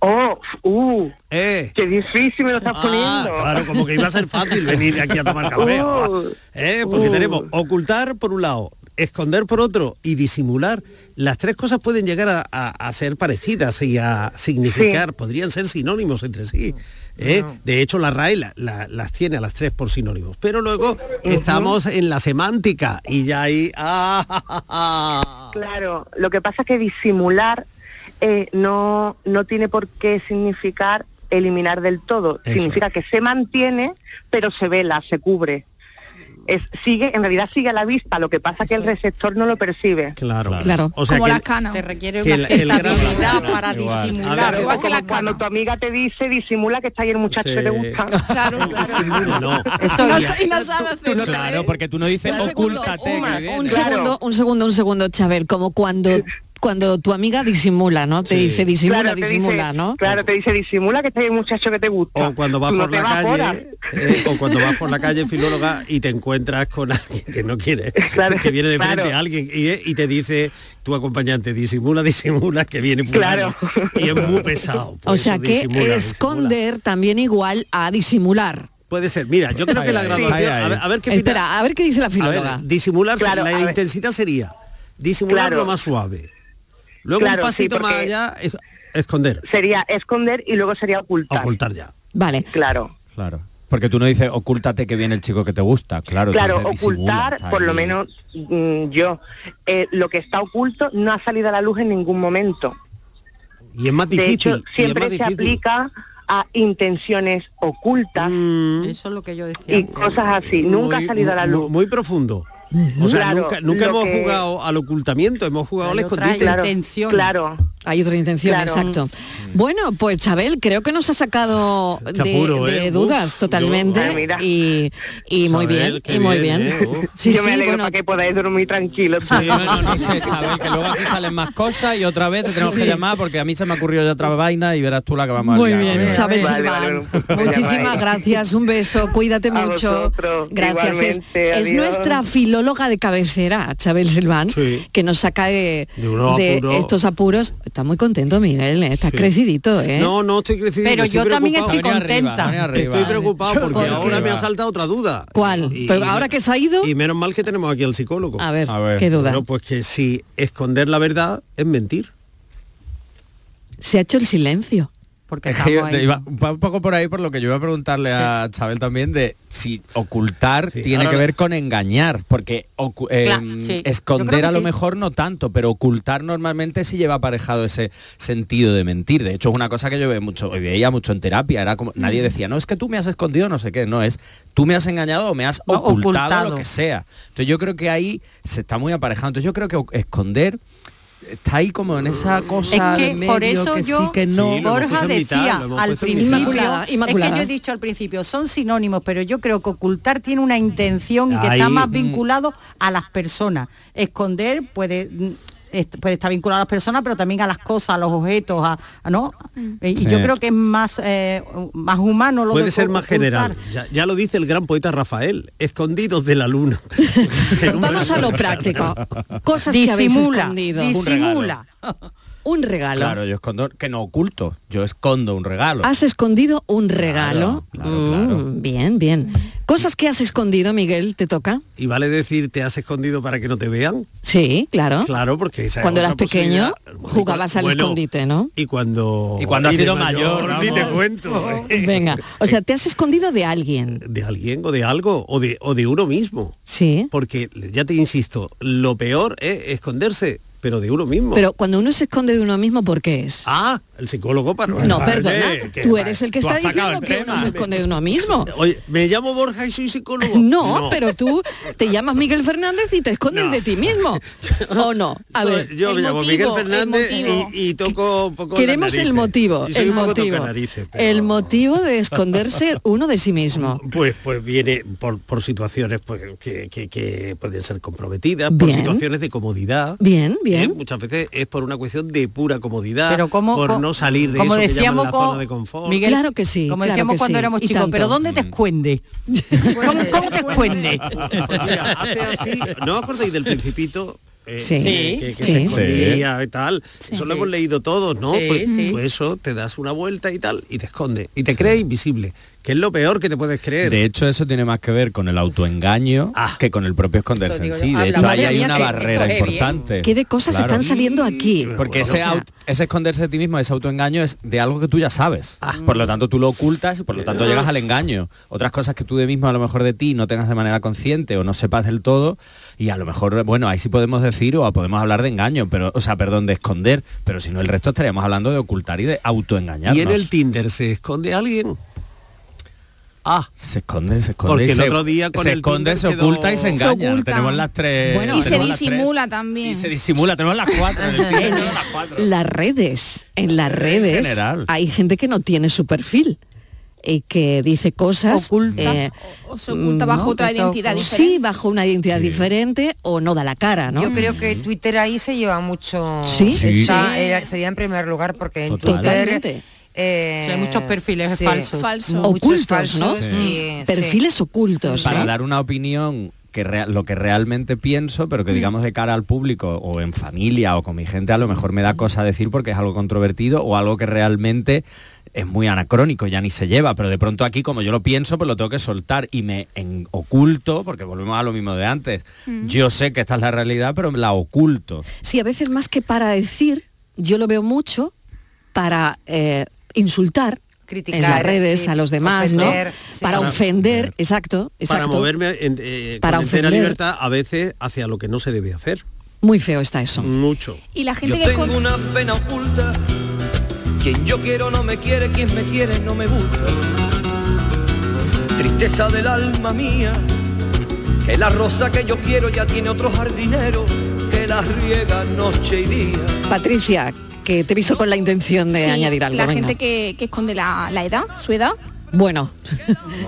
Speaker 9: Oh, uh,
Speaker 4: qué
Speaker 9: difícil me lo estás
Speaker 4: poniendo. Eh. Ah, Claro, como que iba a ser fácil venir aquí a tomar café.
Speaker 9: Uh,
Speaker 4: Eh, porque
Speaker 9: uh.
Speaker 4: tenemos ocultar por un lado, esconder por otro y disimular. Las tres cosas pueden llegar a, a- a ser parecidas y a significar, podrían ser sinónimos entre sí. ¿eh? De hecho, la RAE la- la- las tiene a las tres por sinónimos. Pero luego estamos en la semántica y ya ahí... ah, ah, ah, ah.
Speaker 9: Claro, lo que pasa es que disimular eh, no, no tiene por qué significar eliminar del todo.
Speaker 14: Eso
Speaker 9: Significa que se mantiene, pero se vela, se cubre. Es, sigue, en realidad sigue a la vista, lo que pasa es que el receptor no lo percibe.
Speaker 4: Claro,
Speaker 2: Claro.
Speaker 4: O sea,
Speaker 6: Como
Speaker 4: que
Speaker 6: las
Speaker 4: el-
Speaker 6: canas. Se requiere
Speaker 4: que
Speaker 6: una
Speaker 4: el- el
Speaker 6: cierta
Speaker 4: gran-
Speaker 6: habilidad para
Speaker 4: Igual.
Speaker 6: disimular.
Speaker 4: Ahora,
Speaker 9: Igual que la cuando tu amiga te dice disimula que está ahí el muchacho
Speaker 4: Sí.
Speaker 9: le gusta.
Speaker 4: Disimula, no.
Speaker 9: Eso
Speaker 2: No
Speaker 9: ya.
Speaker 2: sé, y no sabes decirlo.
Speaker 5: Claro, porque tú no dices ocúltate. que viene.
Speaker 2: Un segundo, un segundo, un segundo, Chabel, como cuando cuando tu amiga disimula, ¿no? Te dice disimula,
Speaker 9: Claro, te dice-
Speaker 2: disimula, ¿no?
Speaker 9: Claro, te dice disimula que está ahí el muchacho que te gusta.
Speaker 4: O cuando vas
Speaker 9: Tú no
Speaker 4: por
Speaker 9: te
Speaker 4: la
Speaker 9: evaporas.
Speaker 4: calle, eh, o cuando vas por la calle filóloga y te encuentras con alguien que no quiere, que viene de frente
Speaker 9: claro.
Speaker 4: a alguien y, eh, y te dice tu acompañante, disimula, disimula, que viene fulano. Y es muy pesado. pues, por
Speaker 2: o
Speaker 4: eso
Speaker 2: sea que
Speaker 4: disimula,
Speaker 2: esconder
Speaker 4: disimula.
Speaker 2: también igual a disimular.
Speaker 4: Puede ser, mira, yo creo
Speaker 5: Ay,
Speaker 4: que la
Speaker 5: ay,
Speaker 4: graduación...
Speaker 5: ay, ay.
Speaker 4: A, ver, a ver qué opina-
Speaker 2: Espera, a ver qué dice la
Speaker 4: a ver,
Speaker 2: filóloga.
Speaker 4: disimular,
Speaker 2: Claro, a
Speaker 4: la
Speaker 2: ver.
Speaker 4: intensidad sería disimular
Speaker 9: Claro.
Speaker 4: lo más suave. Luego
Speaker 9: Claro,
Speaker 4: un
Speaker 9: sí,
Speaker 4: pasito más
Speaker 9: porque-
Speaker 4: allá, es- esconder,
Speaker 9: Sería esconder y luego sería ocultar.
Speaker 4: ocultar ya.
Speaker 2: Vale.
Speaker 9: Claro.
Speaker 5: Claro. Porque tú no dices ocúltate que viene el chico que te gusta. Claro, tú
Speaker 9: Claro,
Speaker 5: dices, disimula,
Speaker 9: ocultar,
Speaker 5: está
Speaker 9: por lo
Speaker 5: ahí.
Speaker 9: menos mm, yo, eh, lo que está oculto no ha salido a la luz en ningún momento.
Speaker 4: Y es más
Speaker 9: De
Speaker 4: difícil.
Speaker 9: hecho,
Speaker 4: y es
Speaker 9: siempre
Speaker 4: más
Speaker 9: se
Speaker 4: difícil.
Speaker 9: aplica a intenciones ocultas
Speaker 6: Eso es lo que yo decía.
Speaker 9: y cosas así. Nunca
Speaker 4: Mm. Muy-
Speaker 9: ha salido a la
Speaker 4: muy-
Speaker 9: luz.
Speaker 4: Muy profundo. O sea,
Speaker 9: Claro,
Speaker 4: nunca, nunca
Speaker 9: lo
Speaker 4: hemos
Speaker 9: que-
Speaker 4: jugado al ocultamiento, hemos jugado al escondite.
Speaker 9: Claro.
Speaker 2: Hay otra intención,
Speaker 9: Claro.
Speaker 2: exacto.
Speaker 4: Mm.
Speaker 2: Bueno, pues Chabel, creo que nos ha sacado de,
Speaker 4: Te apuro,
Speaker 2: de
Speaker 4: ¿eh? Uf,
Speaker 2: dudas
Speaker 9: Ay,
Speaker 2: totalmente
Speaker 9: mira.
Speaker 2: y, y muy bien,
Speaker 9: qué
Speaker 2: y muy
Speaker 9: bien,
Speaker 2: bien.
Speaker 9: ¿eh? Uf.
Speaker 2: Sí,
Speaker 9: yo me
Speaker 2: sí,
Speaker 9: alegro
Speaker 2: bueno,
Speaker 9: para que podáis dormir tranquilos.
Speaker 5: No, no sé, Chabel, que luego aquí salen más cosas y otra vez te tenemos que llamar porque a mí se me ha ocurrido ya otra vaina y verás tú la que vamos
Speaker 2: Muy
Speaker 5: a liar.
Speaker 2: bien,
Speaker 5: Venga.
Speaker 2: Chabel Silván. Muchísimas gracias, un beso, cuídate
Speaker 9: A
Speaker 2: mucho.
Speaker 9: vosotros,
Speaker 2: Gracias. Es,
Speaker 9: igualmente,
Speaker 2: es
Speaker 9: adiós.
Speaker 2: nuestra filóloga de cabecera, Chabel Silván, que nos saca de,
Speaker 4: De unos
Speaker 2: de
Speaker 4: apuros.
Speaker 2: estos apuros. Está muy contento, Miguel, estás crecidito, ¿eh?
Speaker 4: No, no estoy crecido.
Speaker 2: Pero yo también estoy contenta.
Speaker 4: Estoy preocupado
Speaker 2: Yo-
Speaker 4: porque
Speaker 2: ¿Por qué?
Speaker 4: ahora me ha saltado otra duda.
Speaker 2: ¿Cuál?
Speaker 4: Y-
Speaker 2: Pero
Speaker 4: y-
Speaker 2: ahora que se ha ido,
Speaker 4: Y menos mal que tenemos aquí al psicólogo.
Speaker 2: A ver, A ver. ¿qué duda?
Speaker 4: Bueno, pues que si esconder la verdad es mentir.
Speaker 2: se ha hecho el silencio.
Speaker 6: Porque
Speaker 5: Es que iba- va un poco por ahí por lo que yo iba a preguntarle a Chabel también de si ocultar tiene
Speaker 4: ahora
Speaker 5: que
Speaker 4: lo-
Speaker 5: ver con engañar, porque ocu- eh,
Speaker 4: Claro, sí. Yo creo
Speaker 5: esconder
Speaker 4: que
Speaker 5: a lo
Speaker 4: sí.
Speaker 5: mejor no tanto, pero ocultar normalmente sí lleva aparejado ese sentido de mentir. De hecho es una cosa que yo ve mucho, veía mucho en terapia, era como nadie
Speaker 4: Mm.
Speaker 5: decía, "No, es que tú me has escondido no sé qué", no es tú me has engañado o me has
Speaker 6: No,
Speaker 5: ocultado,
Speaker 6: ocultado.
Speaker 5: lo que sea. Entonces yo creo que ahí se está muy aparejado. Entonces yo creo que o- esconder Está ahí como en esa cosa
Speaker 6: Es
Speaker 5: de
Speaker 6: que
Speaker 5: medio
Speaker 6: por eso
Speaker 5: que
Speaker 6: yo,
Speaker 5: sí, que no.
Speaker 6: Borja decía al principio,
Speaker 2: Inmaculada,
Speaker 6: es
Speaker 2: Inmaculada.
Speaker 6: que yo he dicho al principio, son sinónimos, pero yo creo que ocultar tiene una intención y que
Speaker 2: Ahí,
Speaker 6: está más
Speaker 2: mm.
Speaker 6: vinculado a las personas. Esconder puede mm, est- puede estar vinculado a las personas pero también a las cosas a los objetos a, a- no Eh, y yo
Speaker 4: Sí.
Speaker 6: creo que es más eh, más humano lo
Speaker 4: Puede
Speaker 6: de
Speaker 4: ser más
Speaker 6: ocultar.
Speaker 4: general. Ya, ya lo dice el gran poeta Rafael. Escondidos de la luna.
Speaker 2: Vamos a lo práctico. Cosas que habéis
Speaker 6: Disimula,
Speaker 2: escondido.
Speaker 6: disimula.
Speaker 2: Un regalo.
Speaker 5: Claro, yo escondo, que no oculto, yo escondo un regalo.
Speaker 2: Has escondido un regalo. Mm, Bien, bien. Cosas que has escondido, Miguel, te toca.
Speaker 4: ¿Y vale decir te has escondido para que no te vean?
Speaker 2: Sí, claro.
Speaker 4: Claro, porque esa es
Speaker 2: Cuando
Speaker 4: otra
Speaker 2: eras pequeño,
Speaker 4: posibilidad.
Speaker 2: jugabas al
Speaker 4: Bueno,
Speaker 2: escondite, ¿no?
Speaker 4: Y cuando
Speaker 5: Y cuando has
Speaker 4: y de
Speaker 5: sido mayor,
Speaker 4: ni
Speaker 5: vamos.
Speaker 4: te cuento. ¿eh?
Speaker 2: Venga, o sea, te has escondido de alguien.
Speaker 4: de alguien o de algo o de, o de uno mismo.
Speaker 2: Sí.
Speaker 4: Porque, ya te insisto, lo peor es esconderse, pero de uno mismo.
Speaker 2: Pero cuando uno se esconde de uno mismo, ¿por qué es?
Speaker 4: Ah, el psicólogo para...
Speaker 2: No,
Speaker 4: Vale,
Speaker 2: perdona,
Speaker 4: que
Speaker 2: tú
Speaker 4: vale.
Speaker 2: eres el que
Speaker 4: Tú
Speaker 2: está
Speaker 4: has sacado
Speaker 2: diciendo
Speaker 4: el
Speaker 2: que
Speaker 4: tema.
Speaker 2: uno se esconde de uno mismo.
Speaker 4: Oye, me llamo Borja y soy psicólogo.
Speaker 2: No, pero tú te llamas Miguel Fernández y te escondes de ti mismo. ¿O no? A
Speaker 4: Soy-
Speaker 2: ver,
Speaker 4: yo me
Speaker 2: el
Speaker 4: llamo
Speaker 2: motivo, el
Speaker 4: Miguel Fernández
Speaker 2: motivo.
Speaker 4: y, y toco un poco las
Speaker 2: Queremos el
Speaker 4: narices.
Speaker 2: motivo,
Speaker 4: Y soy
Speaker 2: el
Speaker 4: un poco
Speaker 2: motivo.
Speaker 4: tocanarices.
Speaker 2: El motivo de esconderse uno de sí mismo.
Speaker 4: Pues, pues viene por, por situaciones pues, que, que- que pueden ser comprometidas, por
Speaker 2: Bien.
Speaker 4: situaciones de comodidad.
Speaker 2: Bien, bien.
Speaker 4: ¿eh? Muchas veces es por una cuestión de pura comodidad,
Speaker 6: Pero como-
Speaker 4: por
Speaker 6: co-
Speaker 4: no salir de
Speaker 6: como
Speaker 4: eso que llaman
Speaker 6: decíamos
Speaker 4: la
Speaker 6: co-
Speaker 4: zona de confort. Mm.
Speaker 6: Miguel,
Speaker 2: Claro que sí,
Speaker 6: Como
Speaker 2: claro
Speaker 6: decíamos
Speaker 2: que
Speaker 6: cuando
Speaker 2: sí,
Speaker 6: éramos
Speaker 2: y
Speaker 6: chicos,
Speaker 2: tanto.
Speaker 6: pero ¿dónde te esconde? ¿Cómo, cómo te esconde?
Speaker 4: Pues mira, hace así, ¿no os acordáis del principito? Eh,
Speaker 6: Sí.
Speaker 4: que, que
Speaker 6: Sí.
Speaker 4: se
Speaker 6: Sí.
Speaker 4: escondía y tal. Eso lo hemos leído todos, ¿no?
Speaker 6: Sí,
Speaker 4: pues,
Speaker 6: sí.
Speaker 4: pues eso, te das una vuelta y tal, y te esconde. Y te crees invisible, que es lo peor que te puedes creer.
Speaker 5: De hecho, eso tiene más que ver con el autoengaño
Speaker 2: Ah.
Speaker 5: que con el propio esconderse en sí. De hecho, ahí
Speaker 2: Madre
Speaker 5: hay
Speaker 2: mía,
Speaker 5: una
Speaker 2: que-
Speaker 5: barrera
Speaker 2: esto es
Speaker 5: importante.
Speaker 2: ¿Qué de cosas
Speaker 5: Claro.
Speaker 2: están saliendo aquí?
Speaker 5: Porque ese,
Speaker 2: O sea,
Speaker 5: aut- ese esconderse de ti mismo, ese autoengaño es de algo que tú ya sabes.
Speaker 4: Ah.
Speaker 5: Por lo tanto, tú lo ocultas y por lo tanto llegas al engaño. Otras cosas que tú de mismo a lo mejor de ti no tengas de manera consciente o no sepas del todo y a lo mejor, bueno, ahí sí podemos decir o podemos hablar de engaño, pero o sea, perdón, de esconder, pero si no el resto estaríamos hablando de ocultar y de autoengañarnos.
Speaker 4: ¿Y en el Tinder se esconde alguien? Ah,
Speaker 5: se esconde, se esconde.
Speaker 4: Porque
Speaker 5: y
Speaker 4: el
Speaker 5: se-
Speaker 4: otro día con
Speaker 5: se
Speaker 4: el
Speaker 5: esconde,
Speaker 4: Tinder
Speaker 5: se
Speaker 4: quedó-
Speaker 5: oculta y se
Speaker 4: Se
Speaker 5: engaña.
Speaker 4: oculta.
Speaker 5: Tenemos las tres.
Speaker 8: Bueno, y se
Speaker 5: tenemos Eh, las tres.
Speaker 8: disimula también. Eh,
Speaker 5: Se disimula, tenemos las cuatro. en el Tinder tenemos las cuatro.
Speaker 2: las redes, en las redes
Speaker 5: general.
Speaker 2: hay gente que no tiene su perfil y que dice cosas eh,
Speaker 8: O se oculta
Speaker 2: mm,
Speaker 8: bajo
Speaker 2: ¿no?
Speaker 8: otra
Speaker 2: Eso-
Speaker 8: identidad
Speaker 2: Sí,
Speaker 8: diferente.
Speaker 2: bajo una identidad diferente o no da la cara, ¿no?
Speaker 7: Yo creo que Twitter ahí se lleva mucho.
Speaker 2: Sí. Sí.
Speaker 7: Está,
Speaker 2: Sí.
Speaker 7: eh, estaría en primer lugar porque en
Speaker 2: Totalmente.
Speaker 7: Twitter. eh,
Speaker 6: Sí, hay muchos perfiles falsos. Falsos.
Speaker 7: muchos
Speaker 2: ocultos, ¿no?
Speaker 7: falsos y, sí.
Speaker 2: Perfiles ocultos.
Speaker 5: Para
Speaker 2: ¿no?
Speaker 5: dar una opinión que rea- lo que realmente pienso, pero que digamos de cara al público o en familia o con mi gente, a lo mejor me da cosa decir porque es algo controvertido o algo que realmente es muy anacrónico, ya ni se lleva, pero de pronto aquí como yo lo pienso, pues lo tengo que soltar y me en- oculto, porque volvemos a lo mismo de antes.
Speaker 2: Mm.
Speaker 5: Yo sé que esta es la realidad, pero la oculto.
Speaker 2: Sí, a veces más que para decir, yo lo veo mucho para eh, insultar
Speaker 7: Criticar,
Speaker 2: en las redes
Speaker 7: sí,
Speaker 2: a los demás,
Speaker 7: ofender,
Speaker 2: ¿no?
Speaker 7: sí.
Speaker 2: Para
Speaker 4: Para
Speaker 2: ofender, exacto,
Speaker 4: Para
Speaker 2: exacto.
Speaker 4: moverme en, eh,
Speaker 2: Para
Speaker 4: con entera
Speaker 2: ofender.
Speaker 4: libertad a veces hacia lo que no se debe hacer.
Speaker 2: Muy feo está eso.
Speaker 4: Mucho.
Speaker 8: Y la
Speaker 14: Yo
Speaker 8: gente que
Speaker 14: tengo
Speaker 8: con...
Speaker 14: una pena oculta. Quien yo quiero no me quiere, quien me quiere no me gusta. Tristeza del alma mía, que la rosa que yo quiero ya tiene otro jardinero que la riega noche y día.
Speaker 2: Patricia, que te he visto con la intención de
Speaker 8: sí,
Speaker 2: añadir algo.
Speaker 8: La
Speaker 2: venga.
Speaker 8: gente que, que esconde la, la edad, su edad.
Speaker 2: Bueno,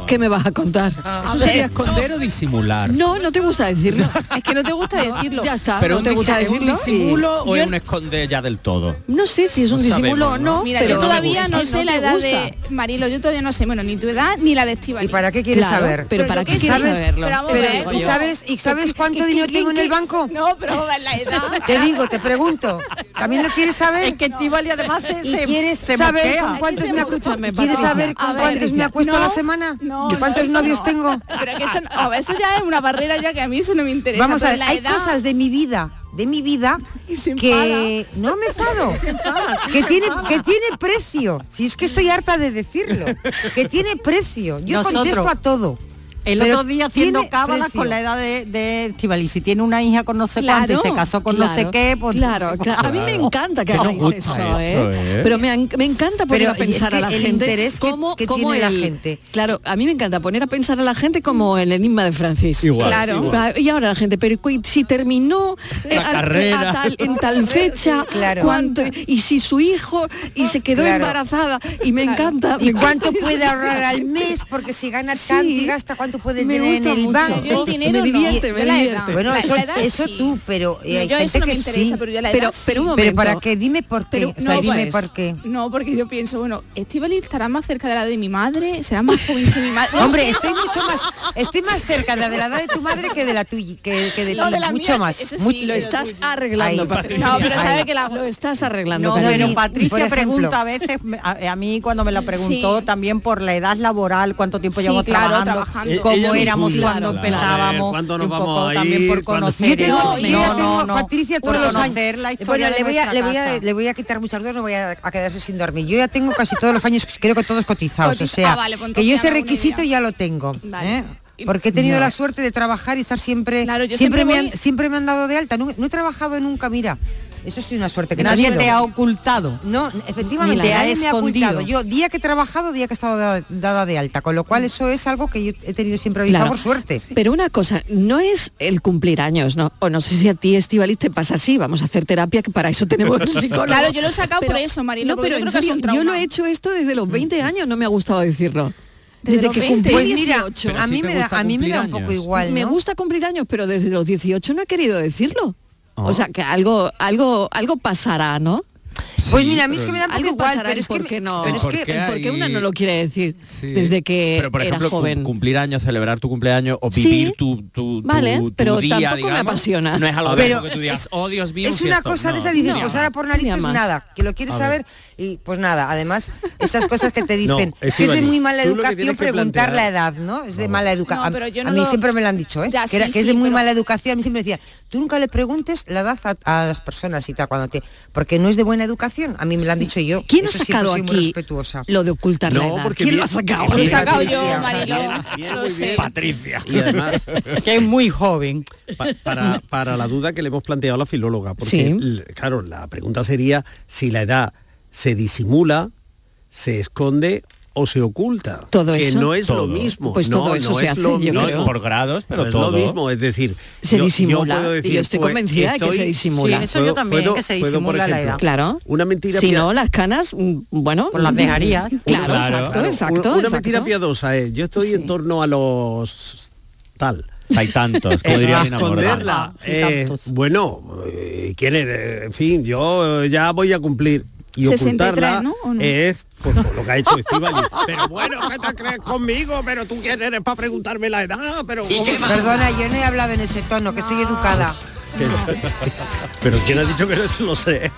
Speaker 2: ¿Qué me vas a contar?
Speaker 10: Ah.
Speaker 5: ¿Eso sería esconder o disimular?
Speaker 2: No, no te gusta decirlo.
Speaker 10: Es que no te gusta decirlo.
Speaker 2: Ya está,
Speaker 5: Pero
Speaker 2: no
Speaker 5: un
Speaker 2: te
Speaker 5: disi-
Speaker 2: gusta
Speaker 5: ¿es
Speaker 2: decirlo.
Speaker 5: un disimulo
Speaker 2: y-
Speaker 5: o
Speaker 2: yo
Speaker 5: es un esconder ya del todo?
Speaker 2: No sé si es un
Speaker 5: No
Speaker 2: disimulo o
Speaker 5: sabemos,
Speaker 2: no,
Speaker 5: ¿no?
Speaker 10: Mira,
Speaker 2: pero
Speaker 10: yo todavía no,
Speaker 2: te
Speaker 10: sé la edad
Speaker 2: gusta.
Speaker 10: de Marilo, yo todavía no sé, bueno, ni tu edad ni la de Estivali. ¿Y para
Speaker 7: qué quieres Claro, saber? pero ¿para
Speaker 10: yo
Speaker 7: qué
Speaker 10: sé,
Speaker 7: quieres saberlo?
Speaker 10: Pero, vamos
Speaker 7: Pero,
Speaker 10: a ver,
Speaker 7: ¿y
Speaker 10: yo-
Speaker 7: sabes- y sabes cuánto
Speaker 10: Es que
Speaker 7: dinero tengo en el
Speaker 10: que-
Speaker 7: banco?
Speaker 10: No, pero vamos a ver, la edad.
Speaker 7: Te digo, te pregunto. ¿También lo quieres saber?
Speaker 10: Es que Estivali además se-
Speaker 7: ¿Y
Speaker 10: se-
Speaker 7: quieres
Speaker 10: se
Speaker 7: saber
Speaker 10: moquea.
Speaker 7: con
Speaker 10: Es que
Speaker 7: cuántos
Speaker 10: se
Speaker 7: me
Speaker 10: moquea.
Speaker 7: acuesto?
Speaker 10: Escúchame,
Speaker 7: ¿Quieres
Speaker 10: Patricia.
Speaker 7: saber con
Speaker 10: A ver,
Speaker 7: cuántos me
Speaker 10: Patricia.
Speaker 7: acuesto a
Speaker 10: No,
Speaker 7: la semana?
Speaker 10: no,
Speaker 7: ¿Y cuántos
Speaker 10: no, eso
Speaker 7: novios
Speaker 10: no.
Speaker 7: tengo?
Speaker 10: Pero que eso, no- a ver, eso ya es una barrera ya que a mí eso no me interesa.
Speaker 7: Vamos a
Speaker 10: pero
Speaker 7: ver,
Speaker 10: la
Speaker 7: hay
Speaker 10: edad-
Speaker 7: cosas de mi vida, de mi vida, que no me enfado,
Speaker 10: Se enfada, sí,
Speaker 7: que
Speaker 10: se
Speaker 7: tiene,
Speaker 10: enfada.
Speaker 7: que tiene precio, si es que estoy harta de decirlo, que tiene precio, yo
Speaker 6: Nosotros.
Speaker 7: contesto a todo.
Speaker 6: El
Speaker 7: pero
Speaker 6: otro día haciendo
Speaker 7: tiene
Speaker 6: cábalas
Speaker 7: precio.
Speaker 6: con la edad de, de Estivali. Si tiene una hija con no sé cuánto y
Speaker 2: Claro,
Speaker 6: se casó con no sé
Speaker 2: claro,
Speaker 6: qué, pues...
Speaker 2: claro, claro. A mí me encanta que hagáis eso, ¿eh? Pero me, an- me encanta poner
Speaker 7: Pero
Speaker 2: a pensar
Speaker 7: es que
Speaker 2: a la
Speaker 7: el
Speaker 2: gente
Speaker 7: interés que-
Speaker 2: cómo,
Speaker 7: que
Speaker 2: cómo
Speaker 7: tiene la
Speaker 2: el-
Speaker 7: gente.
Speaker 2: Claro, a mí me encanta poner a pensar a la gente como el enigma de Francis.
Speaker 11: Igual, Claro. igual.
Speaker 2: Va, Y ahora la gente, pero cu- si terminó eh,
Speaker 11: La
Speaker 2: a-
Speaker 11: carrera.
Speaker 2: a tal- en tal fecha,
Speaker 7: Claro.
Speaker 2: cuánto- y si su hijo y se quedó
Speaker 7: Claro.
Speaker 2: embarazada y me encanta.
Speaker 7: ¿Y
Speaker 2: me
Speaker 7: cuánto
Speaker 2: encanta
Speaker 7: puede
Speaker 2: eso.
Speaker 7: ahorrar al mes? Porque si gana tanto y gasta, ¿cuánto puede
Speaker 2: Me
Speaker 7: tener en
Speaker 2: gusta
Speaker 7: el
Speaker 2: mucho.
Speaker 7: banco?
Speaker 2: Yo el dinero Me no, divierte, me yo la edad. divierte.
Speaker 7: Bueno,
Speaker 2: La-
Speaker 7: eso,
Speaker 2: la edad
Speaker 7: eso
Speaker 2: sí.
Speaker 7: tú, pero eh,
Speaker 10: No,
Speaker 7: hay
Speaker 10: yo
Speaker 7: gente
Speaker 10: eso no
Speaker 7: que
Speaker 10: me interesa,
Speaker 7: sí.
Speaker 10: pero yo la edad sí.
Speaker 7: pero para qué, dime por qué.
Speaker 10: Pero,
Speaker 7: o sea,
Speaker 10: no,
Speaker 7: dime
Speaker 10: pues,
Speaker 7: por qué.
Speaker 10: No, porque yo pienso, bueno, Estivali estará más cerca de la de mi madre, será más joven que mi madre. No
Speaker 7: Hombre,
Speaker 10: sé.
Speaker 7: estoy mucho más, estoy más cerca de la edad de tu madre que de la tuya, que, que de,
Speaker 10: No,
Speaker 7: mí,
Speaker 10: de la
Speaker 7: mucho
Speaker 10: mía,
Speaker 7: más.
Speaker 10: eso sí,
Speaker 7: mucho.
Speaker 10: de
Speaker 2: Lo
Speaker 10: la
Speaker 2: estás
Speaker 10: tuya.
Speaker 2: arreglando,
Speaker 7: Ay,
Speaker 2: Patricia.
Speaker 7: No, pero sabe
Speaker 2: que lo estás arreglando.
Speaker 6: No,
Speaker 2: Patricia.
Speaker 6: pero
Speaker 7: por
Speaker 6: Patricia
Speaker 7: ejemplo.
Speaker 6: pregunta a veces, me- a, a mí cuando me la preguntó también por la edad laboral, cuánto tiempo
Speaker 10: Sí,
Speaker 6: llevo
Speaker 10: claro,
Speaker 6: Pues trabajando,
Speaker 10: trabajando.
Speaker 4: E-
Speaker 6: cómo
Speaker 4: ella nos
Speaker 6: éramos
Speaker 4: juzga,
Speaker 6: cuando
Speaker 4: claro.
Speaker 6: empezábamos,
Speaker 4: ¿Cuándo
Speaker 6: y
Speaker 4: nos
Speaker 6: un
Speaker 4: vamos
Speaker 6: poco
Speaker 4: a
Speaker 6: también
Speaker 4: ir?
Speaker 6: por
Speaker 4: ¿Cuándo-
Speaker 6: conocer.
Speaker 4: Yo tengo-
Speaker 6: eso.
Speaker 4: yo
Speaker 6: No,
Speaker 7: ya tengo
Speaker 6: no, no.
Speaker 7: a Patricia
Speaker 6: Por
Speaker 7: todos los años.
Speaker 6: conocer la historia
Speaker 7: bueno,
Speaker 6: de
Speaker 7: le voy, a,
Speaker 6: nuestra
Speaker 7: le, voy a,
Speaker 6: casa.
Speaker 7: le voy a quitar muchas dudas, no voy a, a quedarse sin dormir. Yo ya tengo casi todos los años, creo que todos cotizados.
Speaker 10: Cotiz-
Speaker 7: o sea,
Speaker 10: Ah, vale, pues
Speaker 7: que yo
Speaker 10: entonces ya
Speaker 7: ese
Speaker 10: me hago una
Speaker 7: requisito
Speaker 10: idea.
Speaker 7: ya lo tengo.
Speaker 10: Vale.
Speaker 7: ¿eh? Porque he tenido
Speaker 10: No.
Speaker 7: la suerte de trabajar y estar siempre...
Speaker 10: yo
Speaker 7: siempre,
Speaker 10: siempre
Speaker 7: me
Speaker 10: voy-
Speaker 7: han, siempre me han dado de alta. No, no he trabajado nunca, mira. Eso sí una suerte que
Speaker 6: Nadie
Speaker 7: tenía.
Speaker 6: te ha ocultado.
Speaker 7: No, efectivamente,
Speaker 6: Ni la
Speaker 7: nadie
Speaker 6: ha
Speaker 7: me ha ocultado.
Speaker 6: escondido.
Speaker 7: Yo, día que he trabajado, día que he estado da- dada de alta, con lo cual eso es algo que yo he tenido siempre avisado
Speaker 2: Claro.
Speaker 7: por suerte.
Speaker 2: Pero una cosa, no es el cumplir años, ¿no? O no sé si a ti, Estivalis, te pasa así. Vamos a hacer terapia, que para eso tenemos el psicólogo.
Speaker 10: Claro, yo lo he sacado por eso, Marilo,
Speaker 2: No,
Speaker 10: porque
Speaker 2: pero
Speaker 10: yo creo
Speaker 2: en
Speaker 10: que es
Speaker 2: serio,
Speaker 10: un
Speaker 2: yo
Speaker 10: trauma.
Speaker 2: lo he hecho esto desde los 20
Speaker 7: Mm.
Speaker 2: años, no me ha gustado decirlo.
Speaker 10: Desde
Speaker 2: Desde,
Speaker 10: los
Speaker 2: que
Speaker 10: 20.
Speaker 2: cumplí
Speaker 10: Pues mira,
Speaker 2: 18.
Speaker 7: pero a mí sí te me da- gusta a mí me da un cumplir poco años. igual,
Speaker 2: Me
Speaker 7: ¿no?
Speaker 2: gusta cumplir años, pero desde los 18 no he querido decirlo. O sea, que algo algo algo pasará, ¿no?
Speaker 7: Pues mira, a mí es que me da un poco
Speaker 2: Algo
Speaker 7: igual,
Speaker 2: pasará,
Speaker 7: pero
Speaker 2: el
Speaker 7: es que
Speaker 2: por
Speaker 7: me-
Speaker 2: qué no,
Speaker 7: pero
Speaker 5: es ¿Por que- qué
Speaker 2: el por qué una
Speaker 5: hay-
Speaker 2: no lo quiere decir
Speaker 5: Sí.
Speaker 2: desde que
Speaker 5: Pero por ejemplo,
Speaker 2: era
Speaker 5: cum-
Speaker 2: joven.
Speaker 5: cumplir años, celebrar tu cumpleaños o
Speaker 2: Sí.
Speaker 5: vivir tu, tu, tu-
Speaker 2: Vale,
Speaker 5: tu
Speaker 2: pero
Speaker 5: día,
Speaker 2: tampoco me
Speaker 5: digamos,
Speaker 2: apasiona.
Speaker 5: No es algo
Speaker 7: Pero
Speaker 5: que tú digas, oh Dios mío,
Speaker 7: es
Speaker 5: un
Speaker 7: una
Speaker 5: fiestón".
Speaker 7: cosa de
Speaker 5: No,
Speaker 7: esa dice,
Speaker 5: no.
Speaker 7: pues ahora por narices
Speaker 2: más.
Speaker 7: nada, que lo quieres
Speaker 5: A ver.
Speaker 7: saber y pues nada, además estas cosas que te
Speaker 4: No,
Speaker 7: dicen, es que es de
Speaker 4: Estíbaliz,
Speaker 7: muy mala
Speaker 4: tú lo que
Speaker 7: educación
Speaker 4: tienes que
Speaker 7: preguntar
Speaker 4: plantear-
Speaker 7: la edad, ¿no? Es de mala
Speaker 10: No,
Speaker 7: educación.
Speaker 10: pero yo
Speaker 7: a,
Speaker 10: no
Speaker 7: mí
Speaker 10: lo-
Speaker 7: siempre me lo han dicho, ¿eh?
Speaker 10: Ya,
Speaker 7: que, era-
Speaker 10: sí,
Speaker 7: que es de
Speaker 10: sí,
Speaker 7: muy
Speaker 10: pero-
Speaker 7: mala educación, a mí siempre decían, tú nunca le preguntes la edad a, a las personas y tal cuando te porque no es de buena educación, a mí me lo han dicho yo.
Speaker 2: ¿Quién ha
Speaker 7: Eso siempre
Speaker 2: sacado
Speaker 7: soy muy
Speaker 2: aquí
Speaker 7: respetuosa.
Speaker 2: lo de ocultar la
Speaker 7: No,
Speaker 2: edad?
Speaker 7: porque
Speaker 2: ¿Quién
Speaker 7: bien-
Speaker 2: lo ha sacado?
Speaker 7: bien- Lo he sacado yo,
Speaker 2: Patricia.
Speaker 7: Mariló.
Speaker 4: Bien,
Speaker 10: Lo
Speaker 4: muy
Speaker 10: sé.
Speaker 4: bien.
Speaker 5: Patricia.
Speaker 4: Y además,
Speaker 6: que es muy joven.
Speaker 4: Pa- para, para la duda que le hemos planteado a la filóloga, porque
Speaker 6: Sí.
Speaker 4: l- claro, la pregunta sería si la edad se disimula, se esconde o se oculta.
Speaker 2: Todo
Speaker 4: que
Speaker 2: eso.
Speaker 4: no es lo
Speaker 2: Todo.
Speaker 4: mismo.
Speaker 2: Pues
Speaker 4: no,
Speaker 2: todo eso
Speaker 4: no
Speaker 2: se
Speaker 4: es
Speaker 2: hace,
Speaker 4: lo
Speaker 2: yo
Speaker 4: mismo.
Speaker 2: creo.
Speaker 5: Por grados, pero
Speaker 4: No es
Speaker 5: todo.
Speaker 4: lo mismo, es decir,
Speaker 2: Se
Speaker 4: yo- yo
Speaker 2: disimula,
Speaker 4: puedo
Speaker 2: y
Speaker 4: decir,
Speaker 2: yo estoy
Speaker 4: pues,
Speaker 2: convencida de que
Speaker 4: estoy-
Speaker 2: se disimula.
Speaker 6: Sí, eso yo Puedo- también, puedo- que se puedo, por disimula la ejemplo, edad.
Speaker 2: Claro.
Speaker 4: una mentira
Speaker 2: Si
Speaker 4: pia-
Speaker 2: no, las canas, mm, bueno...
Speaker 4: Pues las dejarías.
Speaker 2: Claro,
Speaker 4: Una-
Speaker 2: exacto,
Speaker 4: claro,
Speaker 2: exacto.
Speaker 4: Una, una
Speaker 2: exacto.
Speaker 4: mentira piadosa es, yo estoy en torno a los tal.
Speaker 5: Hay tantos, como
Speaker 4: Eh,
Speaker 5: diría
Speaker 4: a
Speaker 5: Nina Morgan.
Speaker 4: esconderla. eh, bueno, eh, ¿quién eres? En fin, yo eh, ya voy a cumplir. Y
Speaker 10: 63,
Speaker 4: ocultarla
Speaker 10: ¿no? ¿O no?
Speaker 4: es pues, por lo que ha hecho Estivali. Pero bueno, ¿qué te crees conmigo? Pero tú quién eres para preguntarme la edad, pero ¿cómo?
Speaker 7: Perdona, yo no he hablado en ese tono, que soy educada.
Speaker 4: Pero quién ha dicho que no te lo sé.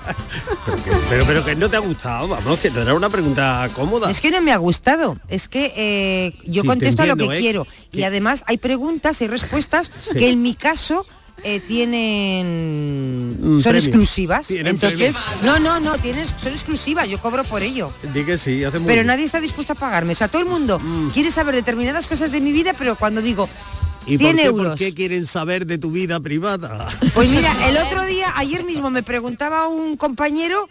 Speaker 4: Pero que, pero, pero que no te ha gustado, vamos, que no era una pregunta cómoda.
Speaker 7: Es que no me ha gustado. Es que eh,
Speaker 4: Sí,
Speaker 7: yo
Speaker 4: te
Speaker 7: contesto a lo
Speaker 4: entiendo,
Speaker 7: que
Speaker 4: ¿eh?
Speaker 7: quiero.
Speaker 4: Sí.
Speaker 7: Y además hay preguntas y respuestas
Speaker 4: Sí.
Speaker 7: que en mi caso eh, tienen
Speaker 4: Mm,
Speaker 7: son
Speaker 4: premio.
Speaker 7: exclusivas.
Speaker 4: Tienen
Speaker 7: Entonces,
Speaker 4: premio.
Speaker 7: no, no, no, tienes, son exclusivas, yo cobro por ello.
Speaker 4: Di que sí, hace muy
Speaker 7: Pero
Speaker 4: bien. Mm.
Speaker 7: nadie está dispuesto a pagarme. O sea, todo el mundo quiere saber determinadas cosas de mi vida, pero cuando digo
Speaker 4: ¿Y
Speaker 7: 100
Speaker 4: por qué,
Speaker 7: euros.
Speaker 4: por qué quieren saber de tu vida privada?
Speaker 7: Pues mira, el otro día, ayer mismo me preguntaba un compañero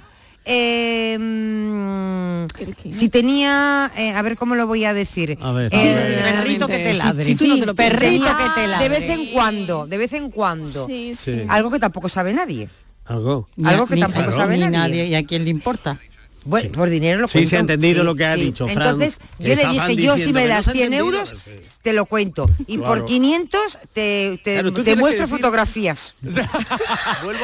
Speaker 7: eh, mm, si tenía, eh, a ver cómo lo voy a decir,
Speaker 4: A ver.
Speaker 7: El
Speaker 6: perrito que te ladre.
Speaker 7: Si, tú no te lo piensas.
Speaker 6: perrito
Speaker 7: Ah,
Speaker 6: que te ladre.
Speaker 7: De vez en cuando, de vez en cuando.
Speaker 10: Sí,
Speaker 4: sí.
Speaker 7: Algo que tampoco sabe nadie.
Speaker 4: Algo.
Speaker 7: Algo que
Speaker 6: Ni-
Speaker 7: tampoco
Speaker 6: claro,
Speaker 7: sabe
Speaker 6: ni
Speaker 7: nadie.
Speaker 6: ¿Y a quién le importa?
Speaker 7: Bueno, por dinero lo
Speaker 4: Sí,
Speaker 7: cuento.
Speaker 4: se ha entendido lo que ha dicho, Fran,
Speaker 7: Entonces,
Speaker 4: que
Speaker 7: yo le
Speaker 4: estaban
Speaker 7: dije, yo si
Speaker 4: diciendo
Speaker 7: me
Speaker 4: que no
Speaker 7: das
Speaker 4: se ha
Speaker 7: 100
Speaker 4: entendido,
Speaker 7: euros, te lo cuento. Y
Speaker 4: Claro.
Speaker 7: por 500 te, te,
Speaker 4: Claro, tú
Speaker 7: te
Speaker 4: tienes que
Speaker 7: muestro
Speaker 4: decir-
Speaker 7: fotografías.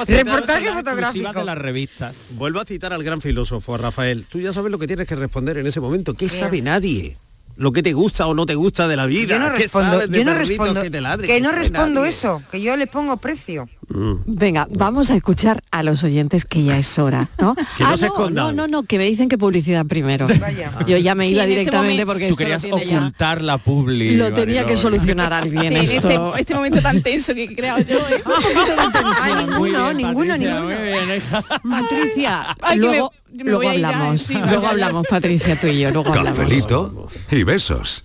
Speaker 4: Reportaje
Speaker 7: fotográfico. de las
Speaker 4: revistas. Vuelvo a citar al gran filósofo, a Rafael. Tú ya sabes lo que tienes que responder en ese momento. ¿Qué
Speaker 7: Bien.
Speaker 4: sabe nadie? Lo que te gusta o no te gusta de la vida.
Speaker 7: Yo no
Speaker 4: ¿Qué
Speaker 7: respondo,
Speaker 4: sabes de
Speaker 7: yo no
Speaker 4: perritos
Speaker 7: respondo,
Speaker 4: que te ladren?
Speaker 7: que
Speaker 4: ¿Qué
Speaker 7: no
Speaker 4: sabe
Speaker 7: respondo
Speaker 4: nadie?
Speaker 7: eso, que yo le pongo precio.
Speaker 2: Mm. Venga, vamos a escuchar a los oyentes que ya es hora, ¿no?
Speaker 5: Que no
Speaker 2: Ah,
Speaker 5: se
Speaker 2: no,
Speaker 5: escondan.
Speaker 2: no, no, no, que me dicen que publicidad primero. Yo ya me
Speaker 10: Sí,
Speaker 2: iba
Speaker 10: en este momento-
Speaker 2: directamente porque
Speaker 5: Ah. Tú
Speaker 2: esto lo
Speaker 5: querías
Speaker 2: tiene ya.
Speaker 5: ocultar la publi.
Speaker 2: Lo tenía que
Speaker 5: Mariló.
Speaker 2: solucionar alguien
Speaker 10: Sí,
Speaker 2: esto.
Speaker 10: este, este momento tan tenso que he creado yo.
Speaker 2: Ah,
Speaker 10: ¿eh? Un poquito de tensión.
Speaker 2: Muy bien, Patricia,
Speaker 10: ninguno.
Speaker 2: Patricia,
Speaker 10: Ay, que
Speaker 2: luego,
Speaker 10: me- me
Speaker 2: luego
Speaker 10: voy a ir ya
Speaker 2: hablamos.
Speaker 10: encima, ya,
Speaker 2: luego
Speaker 10: ya.
Speaker 2: hablamos, Patricia, tú y yo, luego hablamos.
Speaker 11: Cafelito y besos.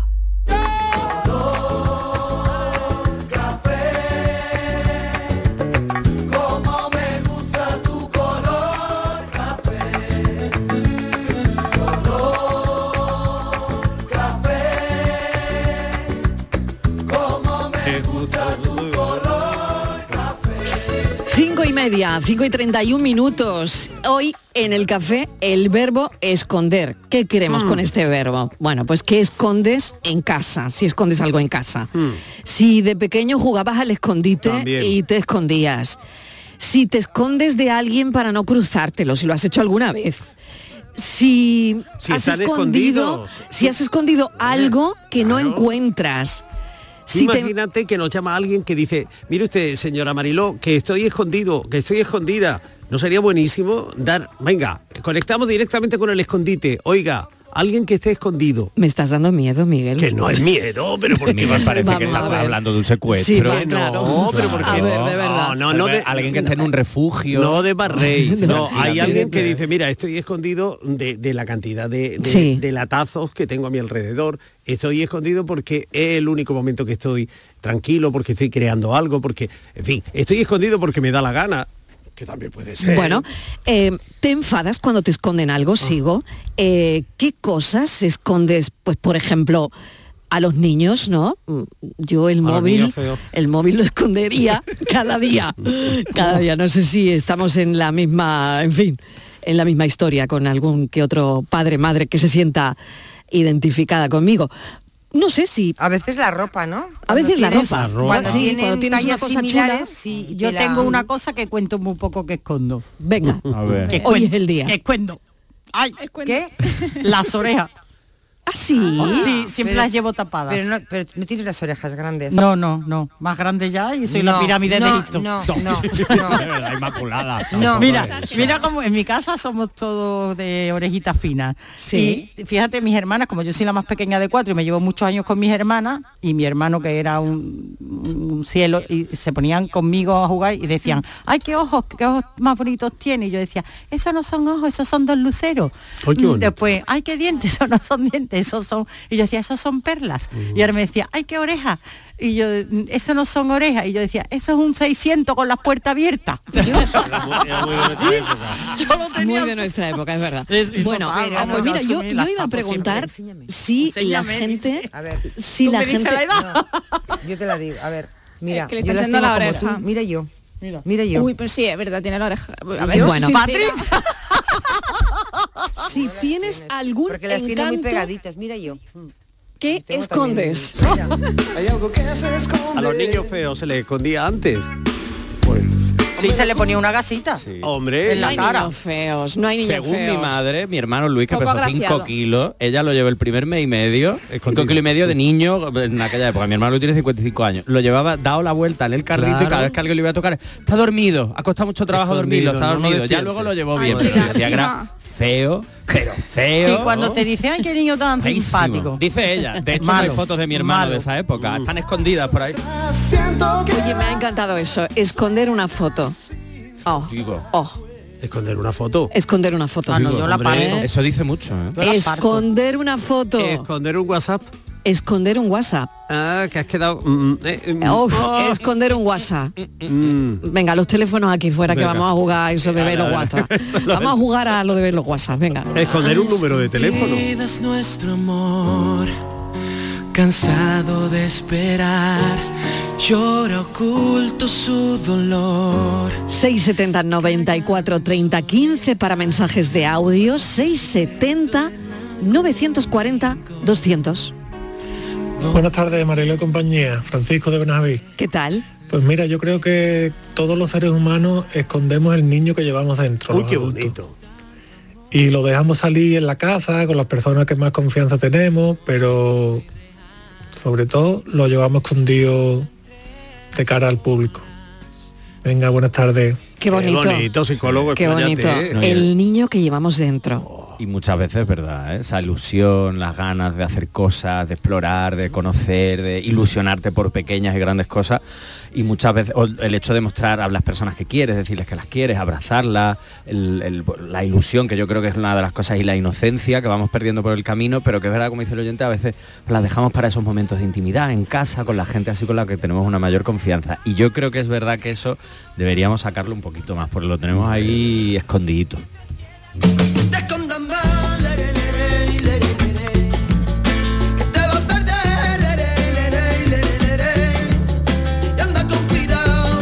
Speaker 14: Como me gusta tu color café, color café. Como me gusta tu color
Speaker 2: Cinco y media, cinco y treinta y un minutos. Hoy en el café el verbo esconder. ¿Qué queremos
Speaker 15: Mm.
Speaker 4: Hmm.
Speaker 2: con este verbo? Bueno, pues ¿qué escondes en casa? Si escondes algo en casa.
Speaker 4: Hmm.
Speaker 2: Si de pequeño jugabas al escondite
Speaker 16: También.
Speaker 2: y te escondías. Si te escondes de alguien para no cruzártelo, si lo has hecho alguna vez. Si,
Speaker 4: Si
Speaker 2: has
Speaker 4: están
Speaker 2: escondido,
Speaker 4: escondidos. Eh,
Speaker 2: si has escondido algo que no encuentras.
Speaker 4: Tú
Speaker 2: Si te-
Speaker 4: Imagínate que nos llama alguien que dice, mire usted, señora Mariló, que estoy escondido, que estoy escondida. ¿No sería buenísimo dar, venga, conectamos directamente con el escondite? Oiga, alguien que esté escondido.
Speaker 2: Me estás dando miedo, Miguel.
Speaker 4: Que no es miedo, pero porque
Speaker 5: Miguel, parece que estamos hablando de un secuestro.
Speaker 4: Sí, va, claro.
Speaker 5: No, pero porque
Speaker 4: A ver, de
Speaker 5: No, no, no de- alguien que esté en un refugio.
Speaker 4: No de Barreis, no, hay
Speaker 5: Imagínate.
Speaker 4: alguien que dice, mira, estoy escondido de, de la cantidad de, de-
Speaker 5: Sí.
Speaker 4: de latazos que tengo a mi alrededor, estoy escondido porque es el único momento que estoy tranquilo, porque estoy creando algo, porque, en fin, estoy escondido porque me da la gana, que también puede ser.
Speaker 2: Bueno, eh, ¿te enfadas cuando te esconden algo? Sigo. Eh, ¿Qué cosas escondes? Pues, por ejemplo, a los niños, ¿no? Mm, Yo el
Speaker 17: A los
Speaker 2: móvil,
Speaker 17: niños feos.
Speaker 2: el móvil lo escondería cada día. Cada día. No sé si estamos en la misma, en fin, en la misma historia con algún que otro padre, madre que se sienta identificada conmigo. No sé si.
Speaker 7: A veces la ropa, ¿no?
Speaker 2: A veces la
Speaker 7: tienes-
Speaker 2: ropa.
Speaker 7: Cuando,
Speaker 2: Sí,
Speaker 7: tienen
Speaker 2: cuando tienes una
Speaker 7: tallas
Speaker 2: cosa
Speaker 7: similares,
Speaker 2: chula.
Speaker 7: sí,
Speaker 6: Yo
Speaker 7: te la-
Speaker 6: tengo una cosa que cuento muy poco que escondo.
Speaker 2: Venga,
Speaker 5: A ver.
Speaker 6: Que
Speaker 2: hoy
Speaker 6: cuen-
Speaker 2: es el día.
Speaker 6: que escondo. Ay,
Speaker 7: ¿Qué?
Speaker 6: Las orejas.
Speaker 2: ¿Ah, sí?
Speaker 6: Sí, siempre
Speaker 7: Pero-
Speaker 6: las llevo tapadas.
Speaker 7: Pero no, pero no tienes las orejas grandes.
Speaker 6: No, no, no. Más grande ya y soy
Speaker 7: No,
Speaker 6: la pirámide
Speaker 7: no,
Speaker 6: de Egipto.
Speaker 7: no, no,
Speaker 5: La Inmaculada.
Speaker 6: No, mira, mira como en mi casa somos todos de orejitas finas.
Speaker 2: Sí.
Speaker 6: Y fíjate, mis hermanas, como yo soy la más pequeña de cuatro y me llevo muchos años con mis hermanas, y mi hermano que era un, un cielo, y se ponían conmigo a jugar y decían, ay, qué ojos, qué ojos más bonitos tiene. Y yo decía, esos no son ojos, esos son dos luceros.
Speaker 4: Ay, qué
Speaker 6: Mm,
Speaker 4: bonito.
Speaker 6: Después, ay, qué dientes, esos no son dientes, esos son... Y yo decía, esos son perlas. Y ahora me decía, ay, qué oreja. Y yo, "Mm, eso no son orejas. Y yo decía, eso es un 600 con las puertas abiertas.
Speaker 2: Ah, Muy de nuestra época, es verdad.
Speaker 6: mi
Speaker 2: bueno,
Speaker 6: papá,
Speaker 2: ah,
Speaker 6: vamos,
Speaker 2: pues mira,
Speaker 6: yo
Speaker 2: yo,
Speaker 6: asumí
Speaker 2: yo
Speaker 6: las
Speaker 2: iba a
Speaker 6: tapo siempre,
Speaker 2: preguntar
Speaker 7: enséñame.
Speaker 2: si
Speaker 7: Enséñame,
Speaker 2: la
Speaker 7: dice.
Speaker 2: gente...
Speaker 7: A ver.
Speaker 2: si
Speaker 7: Tú
Speaker 2: la
Speaker 7: me dices
Speaker 2: gente...
Speaker 7: la edad. Yo te la digo, a ver. Mira,
Speaker 2: Es que le
Speaker 7: yo
Speaker 2: está
Speaker 7: las
Speaker 2: yendo
Speaker 7: tengo
Speaker 2: la
Speaker 7: como
Speaker 2: oreja.
Speaker 7: tú, Mira yo.
Speaker 10: Mira.
Speaker 7: Mira yo.
Speaker 10: Uy, pues sí, es verdad, tiene la oreja. A ver,
Speaker 2: Bueno,
Speaker 10: sí,
Speaker 2: Patrick.
Speaker 10: mira.
Speaker 2: si tienes algún
Speaker 7: Porque las tiene muy
Speaker 2: encanto,
Speaker 7: pegaditas, mira yo.
Speaker 2: ¿qué escondes?
Speaker 7: Hay algo que se
Speaker 4: A los niños feos se les escondía antes.
Speaker 6: Sí, se le ponía una gasita.
Speaker 4: Hombre,
Speaker 6: En la
Speaker 2: Pues No hay
Speaker 6: cara.
Speaker 2: niños feos, no hay niños
Speaker 5: Según
Speaker 2: feos.
Speaker 5: mi madre, mi hermano Luis, que
Speaker 2: Poco
Speaker 5: pesó 5
Speaker 2: agraciado.
Speaker 5: kilos, ella lo llevó el primer mes y medio, 5 kilos y medio de niño en aquella época. Mi hermano Luis tiene 55 años. Lo llevaba dado la vuelta en el carrito y cada
Speaker 4: Claro.
Speaker 5: vez que alguien le iba a tocar, está dormido, ha costado mucho trabajo
Speaker 4: Escondido,
Speaker 5: dormirlo, está
Speaker 4: no lo
Speaker 5: dormido. ya
Speaker 4: despiertes.
Speaker 5: luego lo llevó
Speaker 4: Ay,
Speaker 5: bien, pero
Speaker 4: mira,
Speaker 5: decía que era
Speaker 6: mira.
Speaker 5: feo, pero feo.
Speaker 6: Sí, cuando te dicen, ay, qué niño tan
Speaker 5: Feísimo.
Speaker 6: simpático.
Speaker 5: Dice ella. De hecho,
Speaker 6: Malo,
Speaker 5: no hay fotos de mi hermano
Speaker 6: malo.
Speaker 5: de esa época. Están escondidas por ahí.
Speaker 2: Oye, me ha encantado eso, esconder una foto. Oh,
Speaker 5: Digo.
Speaker 2: oh,
Speaker 4: Esconder una foto.
Speaker 2: esconder una foto. Ah,
Speaker 4: Digo, hombre,
Speaker 5: Eso dice mucho, ¿eh?
Speaker 2: Esconder una foto.
Speaker 4: Esconder un WhatsApp.
Speaker 2: Esconder un WhatsApp.
Speaker 4: Ah, que has quedado. mm, eh, mm,
Speaker 2: Uf,
Speaker 4: oh,
Speaker 2: esconder un WhatsApp.
Speaker 4: mm.
Speaker 2: Venga, los teléfonos aquí fuera que
Speaker 4: Venga.
Speaker 2: vamos a jugar a eso de ver los
Speaker 4: Venga,
Speaker 2: WhatsApp.
Speaker 4: eso lo
Speaker 2: Vamos a jugar a lo de ver los WhatsApp, venga.
Speaker 4: Esconder un número de teléfono.
Speaker 16: Olvidas nuestro amor, cansado de esperar, llora oculto su dolor.
Speaker 2: 670 94 30 15 para mensajes de audio, 670 940 200.
Speaker 17: Buenas tardes, Marilo y compañía. Francisco de Benaví.
Speaker 2: ¿Qué tal?
Speaker 17: Pues mira, yo creo que todos los seres humanos escondemos el niño que llevamos dentro.
Speaker 4: Uy,
Speaker 17: los
Speaker 4: qué
Speaker 17: adultos.
Speaker 4: bonito.
Speaker 17: Y lo dejamos salir en la casa con las personas que más confianza tenemos, pero sobre todo lo llevamos escondido de cara al público. Venga, buenas tardes.
Speaker 2: Qué bonito.
Speaker 4: psicólogo.
Speaker 2: Qué bonito. El niño que llevamos dentro.
Speaker 5: Y muchas veces, ¿verdad? eh? Esa ilusión, las ganas de hacer cosas, de explorar, de conocer, de ilusionarte por pequeñas y grandes cosas. Y muchas veces o el hecho de mostrar a las personas que quieres, decirles que las quieres, abrazarlas, el- el- la ilusión, que yo creo que es una de las cosas, y la inocencia que vamos perdiendo por el camino, pero que es verdad, como dice el oyente, a veces las dejamos para esos momentos de intimidad, en casa, con la gente así con la que tenemos una mayor confianza. Y yo creo que es verdad que eso deberíamos sacarlo un poquito más, porque lo tenemos ahí escondidito.
Speaker 3: Te escondan más, lere, lere, y lere, lere. Que te va a perder, lere, lere, y lere, lere. Y anda con cuidado,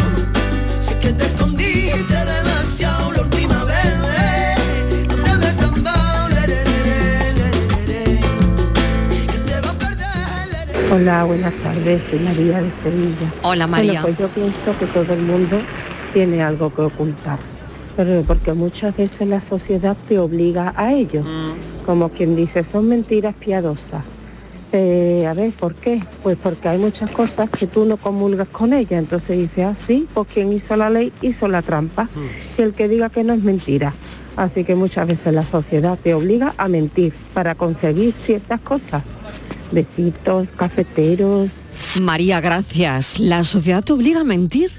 Speaker 3: si es que te escondiste demasiado la última vez. No te metas más, lere, lere, lere, lere. Que te va a perder.
Speaker 18: Hola, buenas tardes, soy María de Sevilla.
Speaker 2: Hola,
Speaker 18: Bueno,
Speaker 2: María.
Speaker 18: pues yo pienso que todo el mundo tiene algo que ocultar, pero porque muchas veces la sociedad te obliga a ello,
Speaker 2: Mm.
Speaker 18: como quien dice, son mentiras piadosas. Eh, a ver, ¿por qué? Pues porque hay muchas cosas que tú no comulgas con ellas, entonces dices, ah, sí, pues quien hizo la ley hizo la trampa,
Speaker 2: Mm.
Speaker 18: y el que diga que no es mentira. Así que muchas veces la sociedad te obliga a mentir para conseguir ciertas cosas. Besitos, cafeteros.
Speaker 2: María, gracias. La sociedad te obliga a mentir.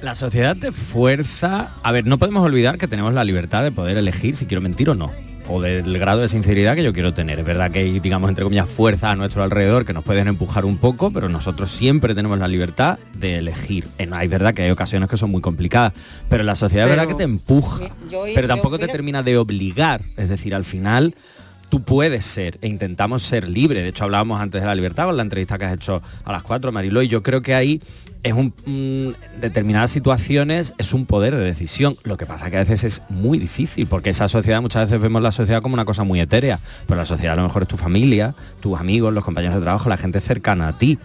Speaker 5: La sociedad te fuerza. A ver, no podemos olvidar que tenemos la libertad de poder elegir si quiero mentir o no. O del grado de sinceridad que yo quiero tener. Es verdad que hay, digamos, entre comillas, fuerzas a nuestro alrededor que nos pueden empujar un poco, pero nosotros siempre tenemos la libertad de elegir. En- Es verdad que hay ocasiones que son muy complicadas, pero la sociedad es verdad
Speaker 6: Pero-
Speaker 5: que te empuja,
Speaker 6: yo- yo-
Speaker 5: pero tampoco te termina de obligar. Es decir, al final tú puedes ser e intentamos ser libre. De hecho, hablábamos antes de la libertad con la entrevista que has hecho a las 4, Mariló, y yo creo que ahí es un mm, determinadas situaciones es un poder de decisión. Lo que pasa que a veces es muy difícil, porque esa sociedad, muchas veces vemos la sociedad como una cosa muy etérea, pero la sociedad a lo mejor es tu familia, tus amigos, los compañeros de trabajo, la gente cercana a ti.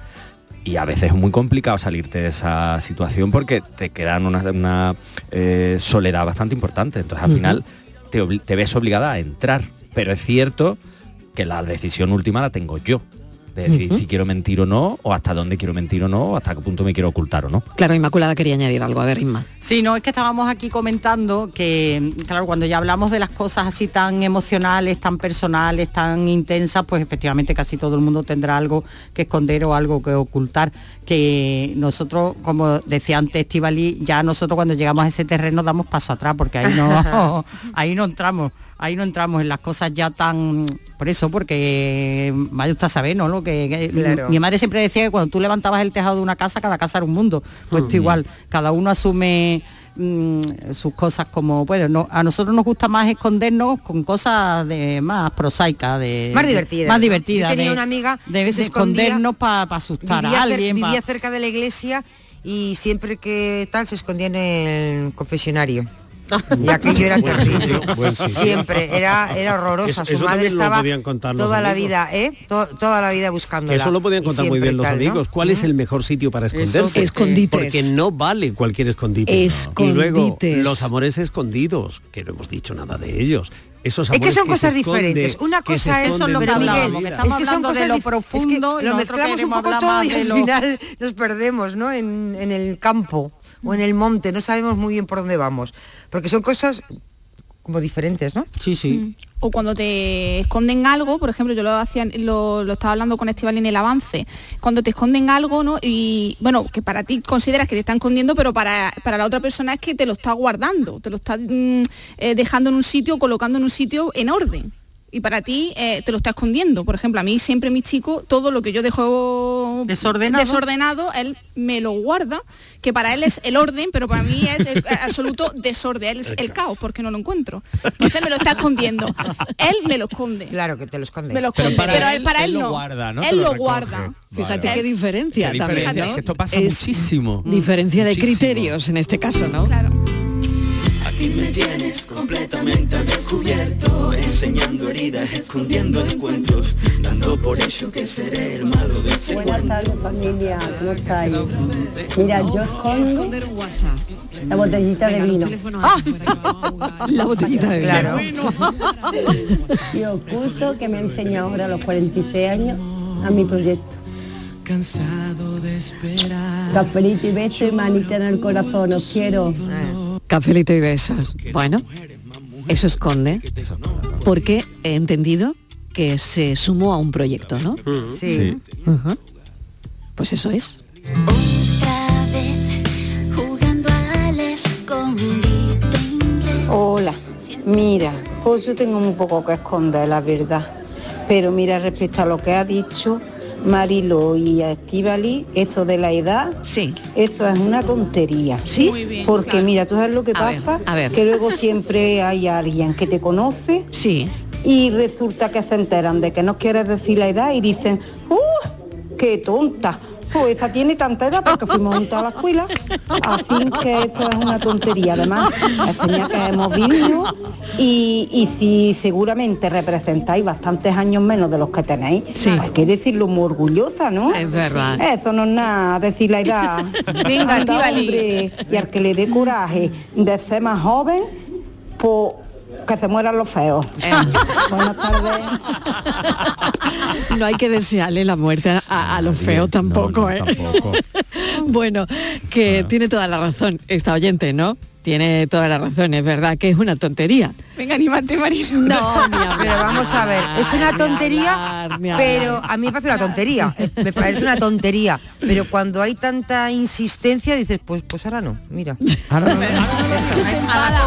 Speaker 5: Y a veces es muy complicado salirte de esa situación porque te quedan una, una, eh, soledad bastante importante. Entonces al
Speaker 19: Ujú.
Speaker 5: final te, obli- te ves obligada a entrar. Pero es cierto que la decisión última la tengo yo. De decir
Speaker 2: Ujú.
Speaker 5: si quiero mentir o no, o hasta dónde quiero mentir o no, o hasta qué punto me quiero ocultar o no.
Speaker 2: Claro, Inmaculada quería añadir algo. A ver, Inma.
Speaker 6: Sí, no, es que estábamos aquí comentando que, claro, cuando ya hablamos de las cosas así tan emocionales, tan personales, tan intensas, pues efectivamente casi todo el mundo tendrá algo que esconder o algo que ocultar. Que nosotros, como decía antes Estivali, ya nosotros cuando llegamos a ese terreno damos paso atrás, porque ahí no, ahí no entramos. Ahí no entramos en las cosas ya tan... Por eso, porque eh, vaya usted a saber, ¿no? Lo que, que-
Speaker 7: Claro.
Speaker 6: mi madre siempre decía que cuando tú levantabas el tejado de una casa, cada casa era un mundo. Pues esto
Speaker 7: Mm.
Speaker 6: igual, cada uno asume mm, sus cosas como puede. No, a nosotros nos gusta más escondernos con cosas de más prosaicas, de
Speaker 7: Más
Speaker 6: de-
Speaker 7: divertidas,
Speaker 6: Más
Speaker 7: ¿no?
Speaker 6: divertidas.
Speaker 7: Yo tenía
Speaker 6: de-
Speaker 7: una amiga
Speaker 6: de,
Speaker 7: que se
Speaker 6: de
Speaker 7: escondía,
Speaker 6: escondernos para asustar
Speaker 7: vivía,
Speaker 6: a
Speaker 7: cer-
Speaker 6: alguien. pa-
Speaker 7: vivía cerca de la iglesia y siempre que tal se escondía en el confesionario. Y aquello era
Speaker 4: Buen
Speaker 7: terrible.
Speaker 4: sitio, buen sitio.
Speaker 7: Siempre, era, era horrorosa.
Speaker 4: Eso-
Speaker 7: Su
Speaker 4: eso
Speaker 7: madre
Speaker 4: también lo
Speaker 7: estaba
Speaker 4: podían contar los
Speaker 7: toda la
Speaker 4: amigos.
Speaker 7: vida, ¿eh? To- toda la vida buscándola.
Speaker 4: Eso lo podían
Speaker 7: Y
Speaker 4: contar muy bien los
Speaker 7: siempre tal, ¿no?
Speaker 4: amigos. ¿Cuál es el mejor sitio para
Speaker 7: Eso
Speaker 4: esconderse?
Speaker 7: que- Escondites.
Speaker 4: Porque no vale cualquier escondite. Y luego,
Speaker 7: Escondites.
Speaker 4: los amores escondidos, que no hemos dicho nada de ellos. Esos
Speaker 7: Es
Speaker 4: amores
Speaker 7: que son
Speaker 4: se
Speaker 7: cosas
Speaker 4: esconde-
Speaker 7: diferentes. Una
Speaker 4: que se
Speaker 7: cosa es
Speaker 4: esconden
Speaker 7: pero
Speaker 4: de la
Speaker 7: Miguel,
Speaker 4: vida.
Speaker 6: estamos
Speaker 7: es que son
Speaker 6: hablando de
Speaker 7: cosas
Speaker 6: lo
Speaker 7: dif- es que
Speaker 6: profundo y
Speaker 7: lo
Speaker 6: nosotros
Speaker 7: mezclamos un
Speaker 6: queremos
Speaker 7: poco
Speaker 6: hablar
Speaker 7: todo
Speaker 6: más
Speaker 7: y
Speaker 6: de
Speaker 7: al
Speaker 6: lo-
Speaker 7: final nos perdemos, ¿no? En, en el campo o en el monte, no sabemos muy bien por dónde vamos, porque son cosas como diferentes, ¿no? Mm.
Speaker 4: Sí, sí.
Speaker 10: o cuando te esconden algo, por ejemplo, yo lo hacía, lo, lo estaba hablando con Estival en el avance, cuando te esconden algo, ¿no? Y bueno, que para ti consideras que te están escondiendo, pero para, para la otra persona es que te lo está guardando, te lo está mm, eh, dejando en un sitio, colocando en un sitio en orden. Y para ti eh, te lo está escondiendo. Por ejemplo, a mí siempre mis chicos, todo lo que yo dejo
Speaker 6: Desordenado.
Speaker 10: desordenado, él me lo guarda, que para él es el orden, pero para mí es el absoluto desorden, él es el caos, porque no lo encuentro. Entonces me lo está escondiendo. Él me lo esconde.
Speaker 7: Claro que te lo esconde.
Speaker 10: Me lo
Speaker 5: Pero
Speaker 10: esconde, pero,
Speaker 5: para
Speaker 10: él,
Speaker 5: él-
Speaker 10: para él,
Speaker 5: él lo
Speaker 10: no.
Speaker 5: guarda, ¿no? Te
Speaker 10: Él
Speaker 5: lo
Speaker 10: lo,
Speaker 5: recoge.
Speaker 10: guarda.
Speaker 2: Fíjate
Speaker 10: Vale.
Speaker 2: qué diferencia
Speaker 5: Qué
Speaker 2: también,
Speaker 5: diferencia,
Speaker 2: ¿no?
Speaker 5: es que esto pasa
Speaker 2: Es
Speaker 5: muchísimo.
Speaker 2: Diferencia de
Speaker 5: Muchísimo.
Speaker 2: criterios en este caso, ¿no?
Speaker 16: Aquí me tienes completamente al descubierto, enseñando heridas, escondiendo encuentros, dando por hecho que seré el malo de ese
Speaker 19: Buenas tardes familia, ¿cómo estáis? Mira, yo escondo la botellita de
Speaker 2: Venga, los
Speaker 19: vino.
Speaker 2: teléfonos
Speaker 6: Ah.
Speaker 2: La botellita de
Speaker 19: Claro.
Speaker 2: vino.
Speaker 19: Y oculto que me ha enseñado ahora a los 46 años a mi proyecto.
Speaker 16: cansado de esperar.
Speaker 19: Cafelito y beso y manita en el corazón, os quiero.
Speaker 16: Ah.
Speaker 2: Cafelito y besos. Bueno, eso esconde. Porque he entendido que se sumó a un proyecto, ¿no?
Speaker 3: Pues,
Speaker 5: Sí.
Speaker 2: Ujú. Pues eso es.
Speaker 20: Jugando al escondite.
Speaker 21: Hola, mira, pues yo tengo un poco que esconder, la verdad. Pero mira, respecto a lo que ha dicho Marilo y Estivali, eso de la edad,
Speaker 2: sí.
Speaker 21: eso es una tontería.
Speaker 2: Sí,
Speaker 21: Muy bien, porque mira, tú sabes lo que
Speaker 2: A ver,
Speaker 21: pasa,
Speaker 2: a ver.
Speaker 21: que luego siempre hay alguien que te conoce
Speaker 2: sí.
Speaker 21: y resulta que se enteran de que no quieres decir la edad y dicen, ¡uh! ¡Qué tonta! Pues esa tiene tanta edad porque fuimos juntos a la escuela. Así que eso es una tontería. Además, la señal que hemos vivido y, y si seguramente representáis bastantes años menos de los que tenéis, hay que decirlo muy orgullosa, ¿no? Es
Speaker 2: verdad.
Speaker 21: Eso no es nada, decir la edad. Anda,
Speaker 10: Venga, Estíbaliz.
Speaker 21: hombre, Y al que le dé coraje de ser más joven, pues que se mueran los feos. Buenas tardes.
Speaker 2: No hay que desearle la muerte a, a los feos tampoco, ¿eh? bueno, que tiene toda la razón esta oyente, ¿no? Tiene toda la razón, es verdad que es una tontería.
Speaker 10: Venga, anímate, Marisa.
Speaker 2: No, ni hablar.
Speaker 7: Pero vamos a ver, es una tontería,
Speaker 2: ni hablar.
Speaker 7: pero a mí me parece una tontería, eh, me parece una tontería, pero cuando hay tanta insistencia dices, pues pues ahora no, mira.
Speaker 10: Que se enfada.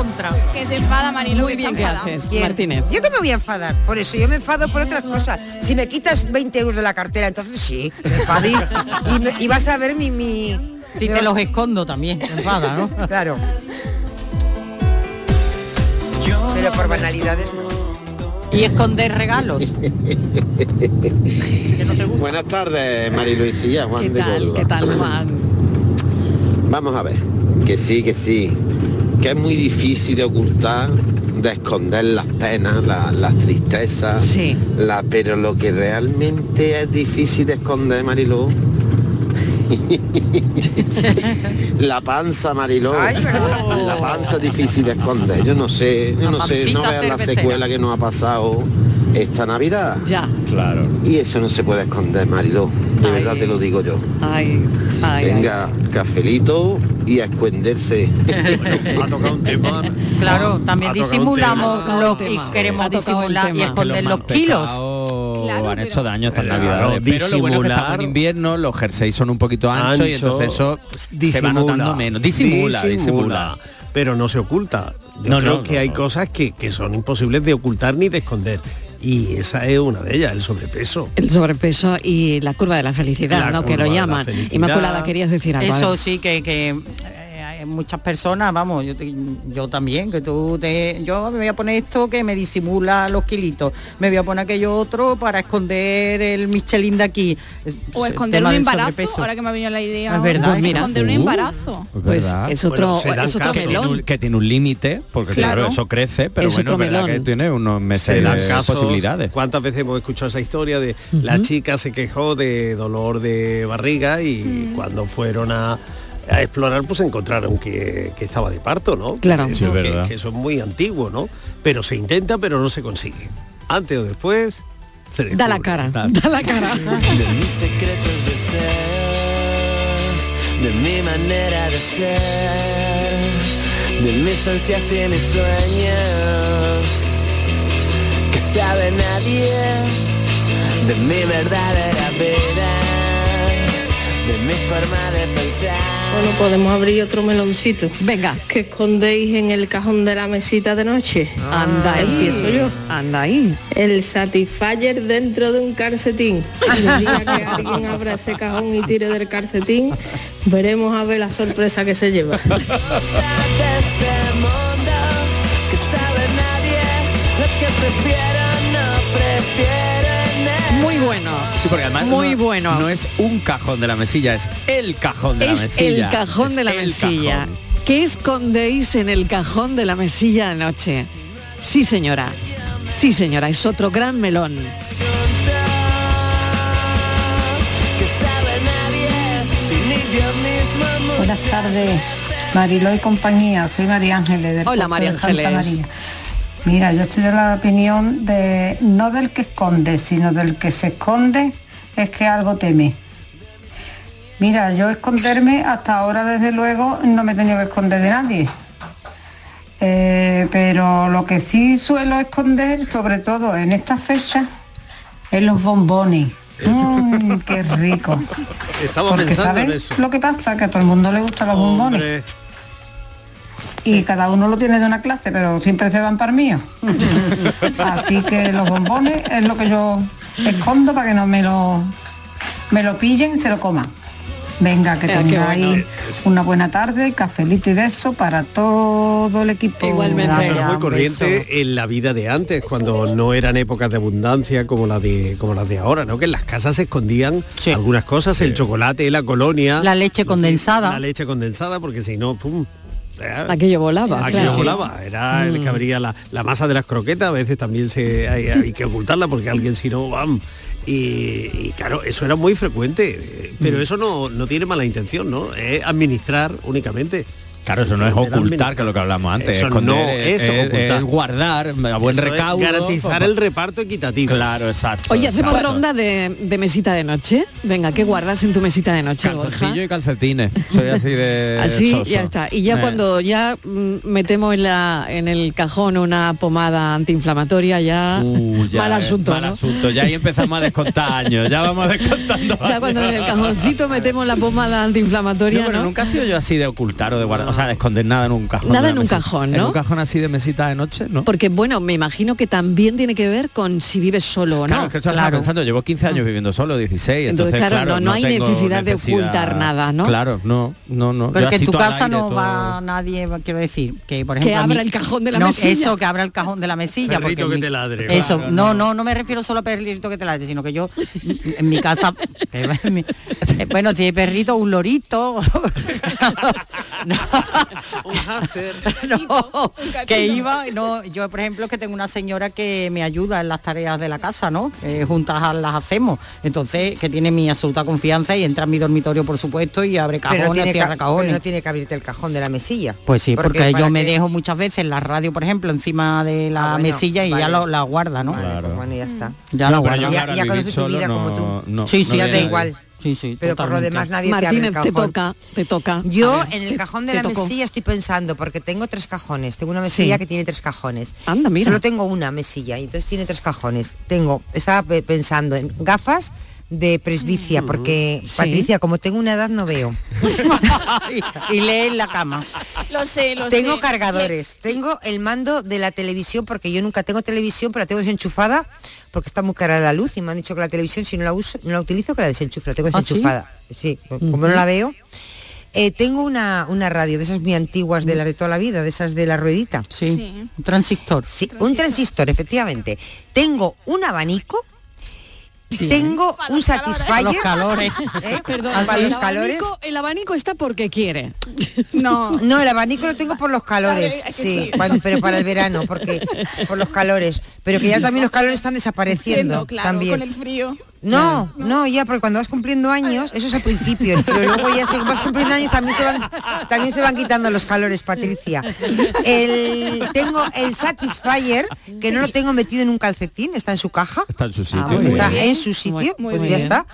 Speaker 10: Que se enfada, Marilo.
Speaker 7: Muy bien
Speaker 10: que
Speaker 7: que
Speaker 10: está enfadado.
Speaker 7: haces, Martínez. Yo que me voy a enfadar, por eso yo me enfado por otras cosas. Si me quitas 20 euros de la cartera, entonces sí, me enfadé y, me- y vas a ver mi... mi
Speaker 6: Si te los escondo también, te enfada, ¿no?
Speaker 7: Claro. Pero por banalidades no.
Speaker 6: Y esconder regalos.
Speaker 13: Buenas tardes, Mari Luisilla, Juan de Córdoba.
Speaker 2: ¿Qué tal, Juan?
Speaker 13: Vamos a ver, que sí, que sí, que es muy difícil de ocultar, de esconder las penas, la- las tristezas, la, pero lo que realmente es difícil de esconder, Mariló, la panza, Mariló, la panza es difícil de esconder, yo no sé, yo
Speaker 22: La
Speaker 13: no sé,
Speaker 22: pancita
Speaker 13: no veas la
Speaker 22: cervecera.
Speaker 13: secuela que nos ha pasado esta Navidad.
Speaker 2: Ya.
Speaker 13: Claro. Y eso no se puede esconder, Mariló, de verdad te lo digo yo.
Speaker 2: Ay, ay, ay.
Speaker 13: Venga, cafelito y a esconderse. ha tocado un tema.
Speaker 6: Claro, también
Speaker 13: Ha tocado un
Speaker 6: disimulamos
Speaker 13: tema.
Speaker 6: lo que queremos disimular y esconder los kilos.
Speaker 5: Claro, han hecho daño estas
Speaker 4: Claro,
Speaker 5: navidades. Pero lo bueno es que estamos
Speaker 4: disimular-
Speaker 5: en invierno, los jerseys son un poquito anchos y
Speaker 4: Ancho,
Speaker 5: entonces eso se va notando menos. Pues Disimula, disimula.
Speaker 4: Pero no se oculta. Yo
Speaker 5: No,
Speaker 4: creo
Speaker 5: no,
Speaker 4: que
Speaker 5: no,
Speaker 4: hay
Speaker 5: no.
Speaker 4: cosas que, que son imposibles de ocultar ni de esconder. Y esa es una de ellas, el sobrepeso.
Speaker 2: El sobrepeso y la curva de la felicidad,
Speaker 4: La
Speaker 2: ¿no? Que
Speaker 4: curva
Speaker 2: lo
Speaker 4: de la
Speaker 2: llaman.
Speaker 4: felicidad.
Speaker 2: Inmaculada, querías decir algo. a
Speaker 6: Eso
Speaker 2: ver.
Speaker 6: sí que, que, eh, muchas personas, vamos, yo, te- yo también, que tú te, yo me voy a poner esto que me disimula los kilitos, me voy a poner aquello otro para esconder el Michelin de aquí. Es-
Speaker 10: O
Speaker 6: es
Speaker 10: esconder
Speaker 6: tema
Speaker 10: un
Speaker 6: del
Speaker 10: embarazo,
Speaker 6: sobrepeso.
Speaker 10: ahora que me ha venido la idea.
Speaker 6: Es
Speaker 10: ahora,
Speaker 6: verdad, Pues mira.
Speaker 10: Esconder un
Speaker 6: Uh,
Speaker 10: embarazo.
Speaker 2: Pues es otro-
Speaker 5: se dan
Speaker 2: es otro
Speaker 5: casos.
Speaker 2: melón.
Speaker 5: Que tiene un- Que tiene un límite, porque
Speaker 2: Claro.
Speaker 5: claro. eso crece, pero
Speaker 2: Es
Speaker 5: bueno, es
Speaker 2: otro
Speaker 5: verdad
Speaker 2: melón.
Speaker 5: que tiene unos meses
Speaker 4: Se dan
Speaker 5: de
Speaker 4: casos.
Speaker 5: posibilidades.
Speaker 4: ¿Cuántas veces hemos escuchado esa historia de la chica se quejó de dolor de barriga y
Speaker 2: Mm.
Speaker 4: cuando fueron a, a explorar pues encontraron que, que estaba de parto, ¿no?
Speaker 2: Claro.
Speaker 4: Que,
Speaker 2: Sí, es
Speaker 4: que-
Speaker 2: verdad.
Speaker 4: que eso es muy antiguo, ¿no? Pero se intenta pero no se consigue. Antes o después se
Speaker 2: Da la cara, da la cara.
Speaker 3: De mis secretos deseos, de mi manera de ser, de mis ansias y mis sueños, que sabe nadie, de mi verdadera vida, de mi forma de pensar.
Speaker 1: Bueno, podemos abrir otro meloncito.
Speaker 2: Venga.
Speaker 1: Que escondéis en el cajón de la mesita de noche.
Speaker 2: Ah. Anda ahí.
Speaker 1: Empiezo yo.
Speaker 2: Anda ahí.
Speaker 1: El Satisfyer dentro de un calcetín. El día que alguien abra ese cajón y tire del calcetín, veremos a ver la sorpresa que se lleva.
Speaker 3: de este mundo que sabe nadie lo que prefiero no prefiero
Speaker 2: Muy bueno.
Speaker 5: Sí, porque además
Speaker 2: Muy
Speaker 5: no,
Speaker 2: bueno.
Speaker 5: no es un cajón de la mesilla, es el cajón de la
Speaker 2: Es
Speaker 5: mesilla.
Speaker 2: el cajón
Speaker 5: Es
Speaker 2: de la
Speaker 5: el
Speaker 2: mesilla.
Speaker 5: cajón.
Speaker 2: ¿Qué escondéis en el cajón de la mesilla anoche? Sí, señora. Sí, señora, es otro gran melón.
Speaker 3: que sabe nadie si ni yo mismo
Speaker 21: Buenas tardes, Mariló y compañía. Soy María Ángeles. del
Speaker 2: Hola,
Speaker 21: puerto
Speaker 2: María
Speaker 21: de Santa
Speaker 2: Ángeles.
Speaker 21: María. Mira, yo estoy de la opinión de no del que esconde, sino del que se esconde es que algo teme. Mira, yo esconderme hasta ahora desde luego no me he tenido que esconder de nadie. Eh, pero lo que sí suelo esconder, sobre todo en esta fecha, es los bombones. Mm, qué rico.
Speaker 4: Estaba
Speaker 21: Porque
Speaker 4: pensando
Speaker 21: ¿sabes
Speaker 4: en eso.
Speaker 21: lo que pasa? Que a todo el mundo le gustan los bombones. Y cada uno lo tiene de una clase, pero siempre se van para el mío. Así que los bombones es lo que yo escondo para que no me lo, me lo pillen y se lo coman. Venga, que
Speaker 7: Ah,
Speaker 2: Mira, qué
Speaker 21: tengáis
Speaker 2: bueno.
Speaker 21: una buena tarde, cafelito y beso para todo el equipo.
Speaker 4: Eso era
Speaker 21: Venga,
Speaker 4: muy
Speaker 21: un beso.
Speaker 4: corriente en la vida de antes, cuando no eran épocas de abundancia como las de como las de ahora, ¿no? Que en las casas se escondían algunas cosas, el chocolate, la colonia,
Speaker 6: La leche condensada.
Speaker 4: la leche condensada, porque si no, pum. eh,
Speaker 2: Aquello volaba.
Speaker 4: Aquello
Speaker 2: claro. Mm.
Speaker 4: volaba, era el que abría la, la masa de las croquetas, a veces también se hay, hay que ocultarla porque alguien si no, ¡bam! Y, y claro, eso era muy frecuente, eh,
Speaker 6: Mm.
Speaker 4: pero eso no, no tiene mala intención, ¿no? Es administrar únicamente.
Speaker 5: Claro, eso no es ocultar, que es lo que hablamos antes.
Speaker 4: Eso
Speaker 5: esconder eh,
Speaker 4: no es ocultar.
Speaker 5: guardar a buen
Speaker 4: Eso es
Speaker 5: recaudo.
Speaker 4: garantizar el reparto equitativo.
Speaker 5: Claro, exacto.
Speaker 2: Oye, hacemos
Speaker 5: exacto.
Speaker 2: ronda de, de mesita de noche. Venga, ¿qué guardas en tu mesita de noche, Borja?
Speaker 5: Calzoncillo y calcetines. Soy así de
Speaker 2: ¿eh? Así
Speaker 5: soso.
Speaker 2: ya está. Y ya
Speaker 5: Eh.
Speaker 2: cuando ya mm, metemos en, la, en el cajón una pomada antiinflamatoria, ya,
Speaker 5: Uh, ya,
Speaker 2: mal
Speaker 5: eh,
Speaker 2: asunto.
Speaker 5: mal
Speaker 2: ¿no?
Speaker 5: asunto. Ya ahí empezamos a descontar años. Ya vamos descontando.
Speaker 2: Ya cuando en el cajoncito metemos la pomada antiinflamatoria,
Speaker 5: No, pero
Speaker 2: ¿no?
Speaker 5: nunca ha sido yo así de ocultar o de guardar, o sea, de esconder nada en un cajón.
Speaker 2: Nada
Speaker 5: de la
Speaker 2: en un
Speaker 5: mesita.
Speaker 2: cajón,
Speaker 5: En
Speaker 2: ¿no?
Speaker 5: un cajón así de mesita de noche, ¿no?
Speaker 2: Porque bueno, me imagino que también tiene que ver con si vives solo o no.
Speaker 5: Claro, es que yo estaba pensando, llevo 15 años viviendo solo, 16,
Speaker 2: Ah, Entonces,
Speaker 5: entonces,
Speaker 2: claro, no- no hay
Speaker 5: tengo
Speaker 2: necesidad de ocultar nada, ¿no?
Speaker 5: Claro, no, no, no.
Speaker 6: Pero
Speaker 5: Yo
Speaker 6: que en
Speaker 5: así
Speaker 6: tu
Speaker 5: todo al
Speaker 6: casa
Speaker 5: aire,
Speaker 6: no
Speaker 5: todo-
Speaker 6: va nadie, va- quiero decir, que por
Speaker 2: Que
Speaker 6: ejemplo... a
Speaker 2: abra
Speaker 6: mí-
Speaker 2: el cajón de la
Speaker 6: No,
Speaker 2: mesilla.
Speaker 6: Eso, que abra el cajón de la mesilla.
Speaker 4: Perrito
Speaker 6: porque en
Speaker 4: que
Speaker 6: mi-
Speaker 4: te ladre.
Speaker 6: Eso,
Speaker 4: Claro,
Speaker 6: no, no, no me refiero solo a perrito que te ladre, sino que yo en mi casa... en mi- eh, bueno, si hay perrito, un lorito.
Speaker 4: un hámster.
Speaker 6: no, que iba, no, yo por ejemplo que tengo una señora que me ayuda en las tareas de la casa, ¿no? Eh, juntas a- las hacemos. Entonces, que tiene mi absoluta confianza y entra en mi dormitorio, por supuesto, y abre
Speaker 7: pero, no
Speaker 6: cajones,
Speaker 7: tiene que,
Speaker 6: cierra
Speaker 7: pero
Speaker 6: cajones.
Speaker 7: no tiene que abrirte el cajón de la mesilla.
Speaker 6: Pues sí, porque,
Speaker 7: para
Speaker 6: yo me
Speaker 7: que-
Speaker 6: dejo muchas veces la radio, por ejemplo, encima de la
Speaker 7: bueno,
Speaker 6: mesilla y ya
Speaker 7: vale.
Speaker 6: lo- la guarda, ¿no?
Speaker 7: pues bueno, ya está.
Speaker 6: Ya la
Speaker 5: No, pero
Speaker 6: guarda.
Speaker 5: yo, claro, al vivir solo, no- no-
Speaker 6: sí,
Speaker 5: no
Speaker 6: sí,
Speaker 5: viene
Speaker 6: sí.
Speaker 5: nadie.
Speaker 6: Sí, sí,
Speaker 7: Pero por lo
Speaker 6: totalmente.
Speaker 7: demás nadie
Speaker 2: Martínez,
Speaker 7: te abre
Speaker 2: te
Speaker 7: el cajón.
Speaker 2: toca, te toca.
Speaker 7: Yo
Speaker 2: A ver,
Speaker 7: en
Speaker 2: te-
Speaker 7: el cajón de
Speaker 2: te
Speaker 7: la
Speaker 2: tocó.
Speaker 7: mesilla estoy pensando, porque tengo tres cajones. Tengo una mesilla
Speaker 2: Sí.
Speaker 7: que tiene tres cajones.
Speaker 2: Anda, mira.
Speaker 7: Solo tengo una mesilla y entonces tiene tres cajones. Tengo, estaba pe- pensando en gafas de presbicia,
Speaker 2: Mm,
Speaker 7: porque
Speaker 6: Sí.
Speaker 7: Patricia, como tengo una edad no veo.
Speaker 6: y lee en la cama.
Speaker 10: Lo sé, lo sé.
Speaker 7: tengo cargadores, tengo el mando de la televisión, porque yo nunca tengo televisión, pero la tengo desenchufada, porque está muy cara la luz y me han dicho que la televisión, si no la uso, no la utilizo, que la desenchufo, la tengo
Speaker 6: ¿Ah, sí?
Speaker 7: desenchufada. sí? como no la veo. Eh, tengo una, una radio de esas muy antiguas, de las de toda la vida, de esas de la ruedita.
Speaker 6: Sí, Sí. un transistor.
Speaker 7: Sí, un transistor, efectivamente. Tengo un abanico, tengo un satisfyer. ¿eh?
Speaker 2: Perdón,
Speaker 7: para
Speaker 2: el
Speaker 7: los calores.
Speaker 2: abanico- el abanico está porque quiere.
Speaker 7: No, no, el abanico lo tengo por los calores,
Speaker 2: Vale, es que
Speaker 7: sí,
Speaker 2: sí.
Speaker 7: bueno, pero para el verano, porque por los calores, pero que ya también los calores están desapareciendo,
Speaker 10: claro,
Speaker 7: también.
Speaker 10: con el frío.
Speaker 7: No, no, ya, porque cuando vas cumpliendo años, eso es al principio, pero luego ya según vas cumpliendo años también se van, también se van quitando los calores, Patricia. El- tengo el Satisfyer, que no lo tengo metido en un calcetín, está en su caja,
Speaker 5: Está en su sitio.
Speaker 7: Ah, bueno, está en su sitio, pues ya está.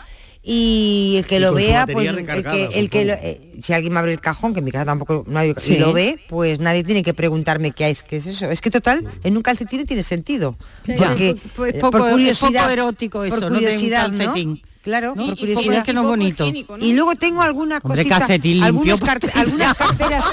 Speaker 7: Y el que
Speaker 5: Y
Speaker 7: lo
Speaker 5: con su
Speaker 7: vea, pues
Speaker 5: batería
Speaker 7: el
Speaker 5: recargada,
Speaker 7: que, el que lo- eh, si alguien me abre el cajón, que en mi casa tampoco no hay,
Speaker 5: Sí.
Speaker 7: y lo ve, pues nadie tiene que preguntarme qué es, qué es eso. Es que total, en un calcetín no tiene sentido.
Speaker 6: Ya.
Speaker 7: Porque eh,
Speaker 6: Pues poco-
Speaker 7: por curiosidad,
Speaker 6: es poco erótico eso,
Speaker 7: por
Speaker 6: ¿no? De un
Speaker 7: curiosidad, ¿no?
Speaker 6: calcetín. ¿No?
Speaker 7: Claro, por
Speaker 6: Y poco-
Speaker 7: curiosidad.
Speaker 6: es que no es Y poco bonito. higiénico, ¿no?
Speaker 7: Y luego tengo alguna
Speaker 6: Hombre,
Speaker 7: cosita,
Speaker 6: calcetín
Speaker 7: algunos
Speaker 6: limpio,
Speaker 7: carte- algunas carteras.